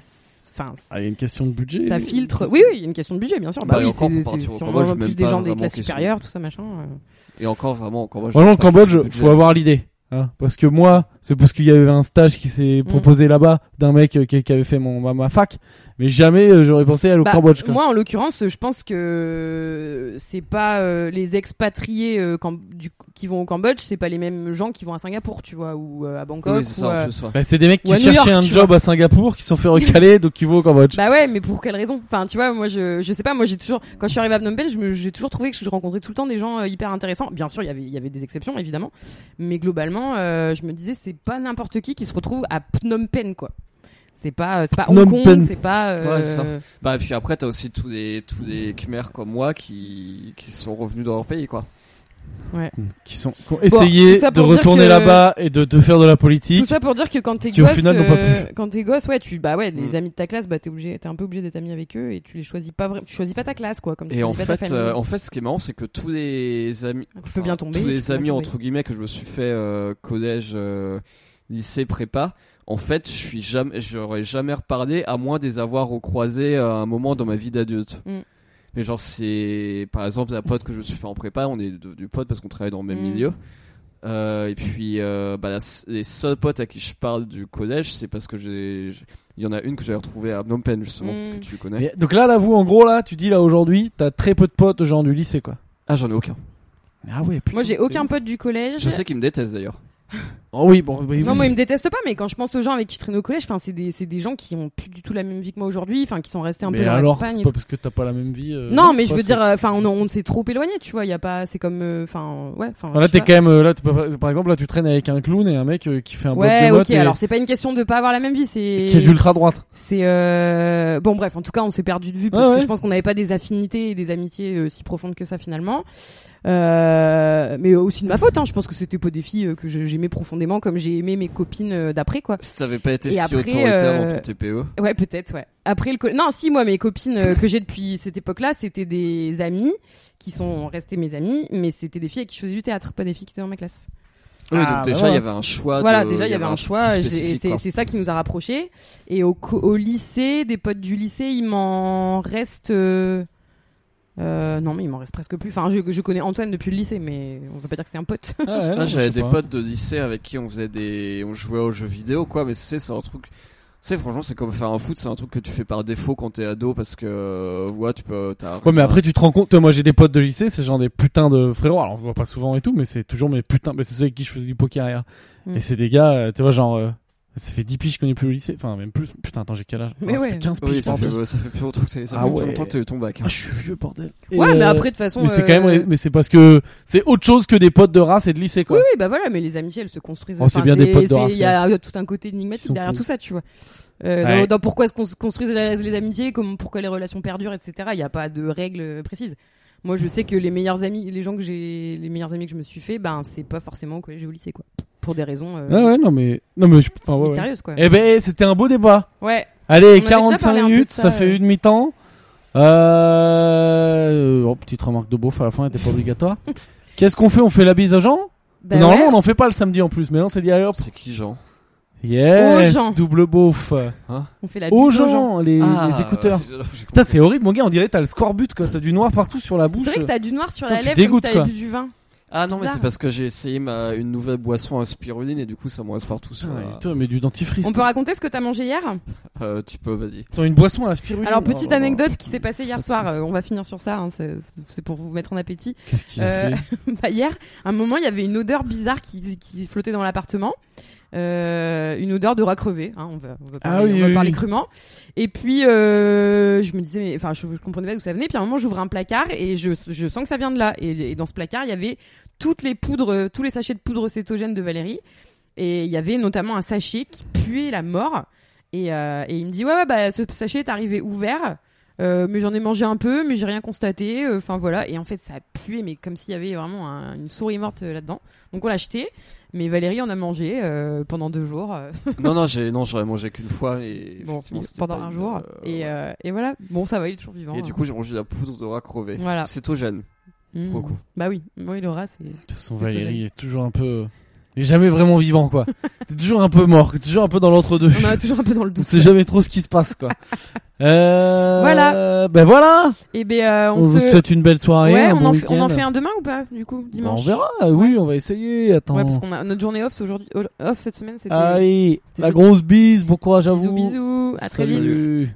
Speaker 2: enfin,
Speaker 1: Ah, il y a une question de budget.
Speaker 2: ça
Speaker 1: mais-
Speaker 2: filtre. Oui, oui, il y a une question de budget, bien sûr. Bah,
Speaker 3: Bah, et
Speaker 2: oui,
Speaker 3: encore,
Speaker 2: c'est-
Speaker 3: pour
Speaker 2: c'est-
Speaker 3: partir au
Speaker 2: si on
Speaker 3: Cambodge,
Speaker 2: mange
Speaker 3: même
Speaker 2: plus des
Speaker 3: pas
Speaker 2: gens des
Speaker 3: vraiment
Speaker 2: classes
Speaker 3: question.
Speaker 2: supérieères, tout ça, machin. euh.
Speaker 3: hein. Et encore, vraiment, au Cambodge.
Speaker 1: Vraiment, le
Speaker 3: j'ai pas
Speaker 1: Cambodge,
Speaker 3: question de
Speaker 1: faut avoir l'idée. hein. parce que moi, c'est parce qu'il y avait un stage qui s'est
Speaker 2: Mm.
Speaker 1: proposé là-bas d'un mec euh, qui, qui avait fait mon, ma, ma fac, mais jamais euh, j'aurais pensé à aller au
Speaker 2: Bah,
Speaker 1: Cambodge. quoi.
Speaker 2: Moi, en l'occurrence, je pense que c'est pas euh, les expatriés euh, cam- du- qui vont au Cambodge, c'est pas les mêmes gens qui vont à Singapour, tu vois, ou euh, à Bangkok.
Speaker 3: Oui, c'est
Speaker 2: ou,
Speaker 3: ça,
Speaker 2: euh,
Speaker 3: en plus, ouais.
Speaker 1: Bah, c'est des mecs qui
Speaker 2: ou à New
Speaker 1: cherchaient
Speaker 2: York,
Speaker 1: un
Speaker 2: tu
Speaker 1: job à Singapour, qui se sont fait recaler, donc qui vont au Cambodge.
Speaker 2: Bah ouais, mais pour quelle raison Enfin, tu vois, moi, je, je sais pas. Moi, j'ai toujours, quand je suis arrivée à Phnom Penh, je me- j'ai toujours trouvé que je rencontrais tout le temps des gens euh, hyper intéressants. Bien sûr, il y avait, il y avait des exceptions, évidemment, mais globalement, euh, je me disais, c'est pas n'importe qui qui se retrouve à Phnom Penh, quoi. C'est pas, euh, c'est pas Hong
Speaker 1: Phnom
Speaker 2: Kong,
Speaker 1: Penh.
Speaker 2: c'est pas. euh,
Speaker 3: Ouais, c'est ça. Bah, et puis après, t'as aussi tous des, tous des Khmers comme moi qui, qui sont revenus dans leur pays, quoi.
Speaker 1: Qui sont qui ont
Speaker 2: Bon,
Speaker 1: essayé
Speaker 2: tout ça
Speaker 1: de
Speaker 2: pour dire
Speaker 1: retourner
Speaker 2: que-
Speaker 1: là-bas et de, de faire de la
Speaker 2: Tout
Speaker 1: politique.
Speaker 2: ça pour dire que quand t'es
Speaker 1: qui, au
Speaker 2: gosse,
Speaker 1: final, n'ont pas
Speaker 2: euh, quand t'es gosse, ouais, tu bah ouais, les
Speaker 3: Mm.
Speaker 2: amis de ta classe, bah t'es obligé, t'es un peu obligé d'être ami avec eux et tu les choisis pas vraiment, tu choisis pas ta classe quoi, comme tu
Speaker 3: Et en
Speaker 2: choisis pas ta
Speaker 3: fait,
Speaker 2: famille.
Speaker 3: euh, en fait, ce qui est marrant, c'est que tous les amis,
Speaker 2: Tu peux bien tomber,
Speaker 3: tous
Speaker 2: tu
Speaker 3: les
Speaker 2: peux bien
Speaker 3: amis
Speaker 2: tomber.
Speaker 3: entre guillemets que je me suis fait euh, collège, euh, lycée, prépa, en fait, je suis jamais, j'aurais jamais reparlé à moins des avoir recroisés euh, à un moment dans ma vie d'adulte.
Speaker 2: Mm.
Speaker 3: Mais genre, c'est par exemple la pote que je me suis fait en prépa, on est devenu pote parce qu'on travaille dans le même
Speaker 2: Mm.
Speaker 3: milieu. Euh, et puis, euh, bah, la s- les seuls potes à qui je parle du collège, c'est parce que j'ai, j'ai- il y en a une que j'avais retrouvée à Phnom Penh justement,
Speaker 2: Mm.
Speaker 3: que tu connais.
Speaker 1: Mais- donc là, là, vous, en gros, là, tu dis là aujourd'hui, t'as très peu de potes aux gens du lycée, quoi.
Speaker 3: Ah, j'en ai aucun.
Speaker 1: Ah ouais, putain.
Speaker 2: Moi j'ai
Speaker 1: c'est
Speaker 2: aucun
Speaker 1: ouf.
Speaker 2: pote du collège.
Speaker 3: Je sais qu'ils me détestent d'ailleurs.
Speaker 1: Oh oui, bon. bah,
Speaker 2: Non,
Speaker 1: oui.
Speaker 2: moi, ils me détestent pas, mais quand je pense aux gens avec qui je traîne au collège, enfin, c'est des, c'est des gens qui ont plus du tout la même vie que moi aujourd'hui, enfin, qui sont restés un
Speaker 1: mais
Speaker 2: peu dans la
Speaker 1: alors,
Speaker 2: campagne
Speaker 1: c'est
Speaker 2: et
Speaker 1: pas parce que t'as pas la même vie. euh,
Speaker 2: Non, mais je
Speaker 1: toi,
Speaker 2: veux
Speaker 1: c'est-
Speaker 2: dire, enfin, on, on s'est trop éloigné, tu vois. Il y a pas, c'est comme, euh, enfin, ouais, enfin.
Speaker 1: Enfin, là,
Speaker 2: je sais
Speaker 1: t'es
Speaker 2: pas.
Speaker 1: quand même. euh, Là, t'es pas- par exemple, là, tu traînes avec un clown et un mec euh, qui fait un bloc
Speaker 2: Ouais, ok.
Speaker 1: de notes et-
Speaker 2: Alors, c'est pas une question de pas avoir la même vie, c'est.
Speaker 1: qui est d'ultra droite.
Speaker 2: C'est euh... bon, bref. En tout cas, on s'est perdu de vue parce
Speaker 1: Ouais, Ah ouais.
Speaker 2: que je pense qu'on n'avait pas des affinités et des amitiés euh, si profondes que ça finalement. Euh... Mais aussi de ma faute. Hein. Je pense que c'était pas des filles euh, que je- j'aimais profondément, comme j'ai aimé mes copines euh, d'après, quoi.
Speaker 3: Si t'avais pas été
Speaker 2: Et
Speaker 3: si
Speaker 2: après,
Speaker 3: autoritaire
Speaker 2: euh,
Speaker 3: dans ton TPE.
Speaker 2: Ouais, peut-être, ouais. Après le collège. Non, si, moi, mes copines euh, que j'ai depuis cette époque-là, c'était des amies qui sont restées mes amies, mais c'était des filles avec qui je faisais du théâtre, pas des filles qui étaient dans ma classe.
Speaker 3: Oui,
Speaker 1: Ah, bah
Speaker 3: donc déjà, il
Speaker 1: voilà.
Speaker 3: y avait un choix.
Speaker 2: voilà,
Speaker 3: de-
Speaker 2: déjà, il y avait un choix,
Speaker 3: plus
Speaker 2: et j'ai- et
Speaker 3: spécifique,
Speaker 2: c'est
Speaker 3: quoi.
Speaker 2: c'est ça qui nous a rapprochés. Et au, co- au lycée, des potes du lycée, il m'en reste. euh, euh, non, mais il m'en reste presque plus. Enfin, je, je connais Antoine depuis le lycée, mais on veut pas dire que c'est un pote.
Speaker 1: Ah, ouais, non,
Speaker 3: Ah,
Speaker 1: je
Speaker 3: j'avais
Speaker 1: sais
Speaker 3: des
Speaker 1: pas.
Speaker 3: potes de lycée avec qui on faisait des. On jouait aux jeux vidéo, quoi, mais c'est c'est un truc. Tu sais, franchement, c'est comme faire un foot, c'est un truc que tu fais par défaut quand t'es ado parce que. euh, Ouais, tu peux. t'as-
Speaker 1: Ouais, mais après, tu te rends compte. toi, Moi, j'ai des potes de lycée, c'est genre des putains de frérots. Alors, on se voit pas souvent et tout, mais c'est toujours mes putains. Mais c'est ceux avec qui je faisais du poker hier.
Speaker 2: Mm.
Speaker 1: Et c'est des gars, euh, tu vois, genre. euh, Ça fait 10 piges qu'on est plus au lycée. Enfin, même plus. Putain, attends, j'ai quel âge
Speaker 2: Mais
Speaker 1: Ah, ça
Speaker 2: ouais.
Speaker 1: fait 15 piges.
Speaker 3: Oui, ça fait,
Speaker 1: pardon.
Speaker 3: euh, ça fait plus longtemps que t'es- ça
Speaker 1: Ah
Speaker 3: fait plus
Speaker 1: ouais.
Speaker 3: longtemps que t'as eu ton bac. hein.
Speaker 1: Ah, je suis vieux, bordel. Et,
Speaker 2: ouais, mais
Speaker 1: euh,
Speaker 2: après, de toute façon.
Speaker 1: Mais c'est quand
Speaker 2: euh,
Speaker 1: même. Mais c'est parce que c'est autre chose que des potes de race et de lycée, quoi.
Speaker 2: Oui, oui, bah voilà, mais les amitiés, elles se construisent.
Speaker 1: Oh, c'est bien des potes de
Speaker 2: c'est-
Speaker 1: race,
Speaker 2: Il y a tout un côté énigmatique
Speaker 1: Ils sont
Speaker 2: derrière
Speaker 1: cool.
Speaker 2: tout ça, tu vois. Euh,
Speaker 1: Ouais.
Speaker 2: dans, dans pourquoi se cons- construisent les, les amitiés, comme pourquoi les relations perdurent, etc. Il n'y a pas de règles précises. Moi, je sais que les meilleurs amis, les gens que j'ai, les meilleurs amis que je me suis fait, ben c'est pas forcément au collège et au lycée, quoi. Pour des raisons euh,
Speaker 1: Ah ouais, non, mais. Non, mais. je- Enfin, ouais, ouais.
Speaker 2: mystérieuses, quoi.
Speaker 1: Eh ben, c'était un beau débat.
Speaker 2: Ouais.
Speaker 1: Allez,
Speaker 2: On avait déjà
Speaker 1: 45
Speaker 2: parlé un peu
Speaker 1: minutes,
Speaker 2: de
Speaker 1: ça,
Speaker 2: ça,
Speaker 1: fait
Speaker 2: euh.
Speaker 1: une demi-temps. Euh... oh, petite remarque de beauf à la fin, elle était pas obligatoire. Qu'est-ce qu'on fait On fait la bise aux gens
Speaker 2: Bah
Speaker 1: Normalement,
Speaker 2: ouais.
Speaker 1: on en fait pas le samedi en plus, mais là, on s'est dit, allez hop.
Speaker 3: C'est qui, Jean
Speaker 1: Yes,
Speaker 2: Aux gens.
Speaker 1: double beauf.
Speaker 2: on fait la bise
Speaker 1: Aux gens, Les,
Speaker 3: Ah,
Speaker 1: les écouteurs.
Speaker 3: j'ai- j'ai
Speaker 1: Putain,
Speaker 3: compris.
Speaker 1: c'est horrible, mon gars, on dirait que t'as le scorbut, quoi. T'as du noir partout sur la
Speaker 2: C'est
Speaker 1: bouche.
Speaker 2: vrai que t'as du noir sur
Speaker 1: Putain,
Speaker 2: la
Speaker 1: tu
Speaker 2: lèvre comme si
Speaker 1: dégoûtes,
Speaker 2: t'avais
Speaker 1: quoi.
Speaker 2: bu du vin.
Speaker 3: Ah non, mais
Speaker 2: bizarre.
Speaker 3: c'est parce que j'ai essayé ma... une nouvelle boisson à spiruline et du coup, ça me reste partout sur.
Speaker 1: Putain,
Speaker 3: la-
Speaker 1: mais toi, mais du dentifrice.
Speaker 2: On peut raconter ce que t'as mangé hier
Speaker 3: Euh, tu peux, vas-y.
Speaker 1: T'as une boisson à la spiruline.
Speaker 2: Alors,
Speaker 1: Oh
Speaker 2: petite
Speaker 1: là là.
Speaker 2: anecdote qui s'est passée hier soir. euh, on va finir sur ça. hein, c'est- c'est pour vous mettre en appétit.
Speaker 1: Qu'est-ce qu'il a
Speaker 2: Euh,
Speaker 1: fait
Speaker 2: Bah, hier, à un moment, il y avait une odeur bizarre qui, qui flottait dans l'appartement. Euh, une odeur de rat crevé, hein, on va, on va parler,
Speaker 1: Ah oui,
Speaker 2: on va
Speaker 1: oui,
Speaker 2: parler
Speaker 1: oui.
Speaker 2: crûment. Et puis, euh, je me disais, mais enfin, je, je comprenais pas d'où ça venait. Puis à un moment, j'ouvre un placard et je, je sens que ça vient de là. Et, et dans ce placard, il y avait toutes les poudres, euh, tous les sachets de poudre cétogène de Valérie. Et il y avait notamment un sachet qui puait la mort. Et, euh, et il me dit, ouais, ouais, bah, ce sachet est arrivé ouvert. Euh, mais j'en ai mangé un peu, mais j'ai rien constaté. euh, Enfin voilà. Et en fait, ça a pué, mais comme s'il y avait vraiment un- une souris morte euh, là-dedans. Donc on l'a acheté. Mais Valérie en a mangé euh, pendant deux jours. euh,
Speaker 3: non, non, j'ai non, j'aurais mangé qu'une fois et.
Speaker 2: bon,
Speaker 3: effectivement, c'était
Speaker 2: pendant
Speaker 3: pas
Speaker 2: un
Speaker 3: une,
Speaker 2: jour.
Speaker 3: euh,
Speaker 2: et,
Speaker 3: ouais.
Speaker 2: euh, et voilà. Bon, ça va, il est toujours vivant.
Speaker 3: Et du coup, j'ai mangé la poudre de rat crevé.
Speaker 2: Voilà.
Speaker 3: Cétogène.
Speaker 2: Mmh.
Speaker 3: Beaucoup.
Speaker 2: Bah oui, oui, le rat, c'est.
Speaker 1: De toute façon,
Speaker 2: C'est
Speaker 1: Valérie
Speaker 2: étonnant.
Speaker 1: est toujours un peu. Il est jamais vraiment vivant, quoi. T'es toujours un peu mort, toujours un peu dans l'entre-deux.
Speaker 2: On en a toujours un peu dans le
Speaker 1: On
Speaker 2: doute.
Speaker 1: sait jamais trop ce qui se passe, quoi. Euh...
Speaker 2: Voilà.
Speaker 1: Ben voilà.
Speaker 2: Et ben, euh,
Speaker 1: On,
Speaker 2: on,
Speaker 1: vous
Speaker 2: se.
Speaker 1: souhaite une belle soirée.
Speaker 2: ouais,
Speaker 1: un
Speaker 2: on,
Speaker 1: bon
Speaker 2: en fait, on en
Speaker 1: week-end.
Speaker 2: fait un demain ou pas, du coup,
Speaker 1: Ben, on
Speaker 2: dimanche
Speaker 1: verra. Oui, on va essayer. Attends.
Speaker 2: Ouais, parce qu'on a notre journée off c'est aujourd'hui, off cette semaine, c'était.
Speaker 1: Allez,
Speaker 2: c'était
Speaker 1: la
Speaker 2: jeudi.
Speaker 1: grosse bise. Bon courage à
Speaker 2: bisous,
Speaker 1: vous.
Speaker 2: bisous, à très vite.
Speaker 1: Salut.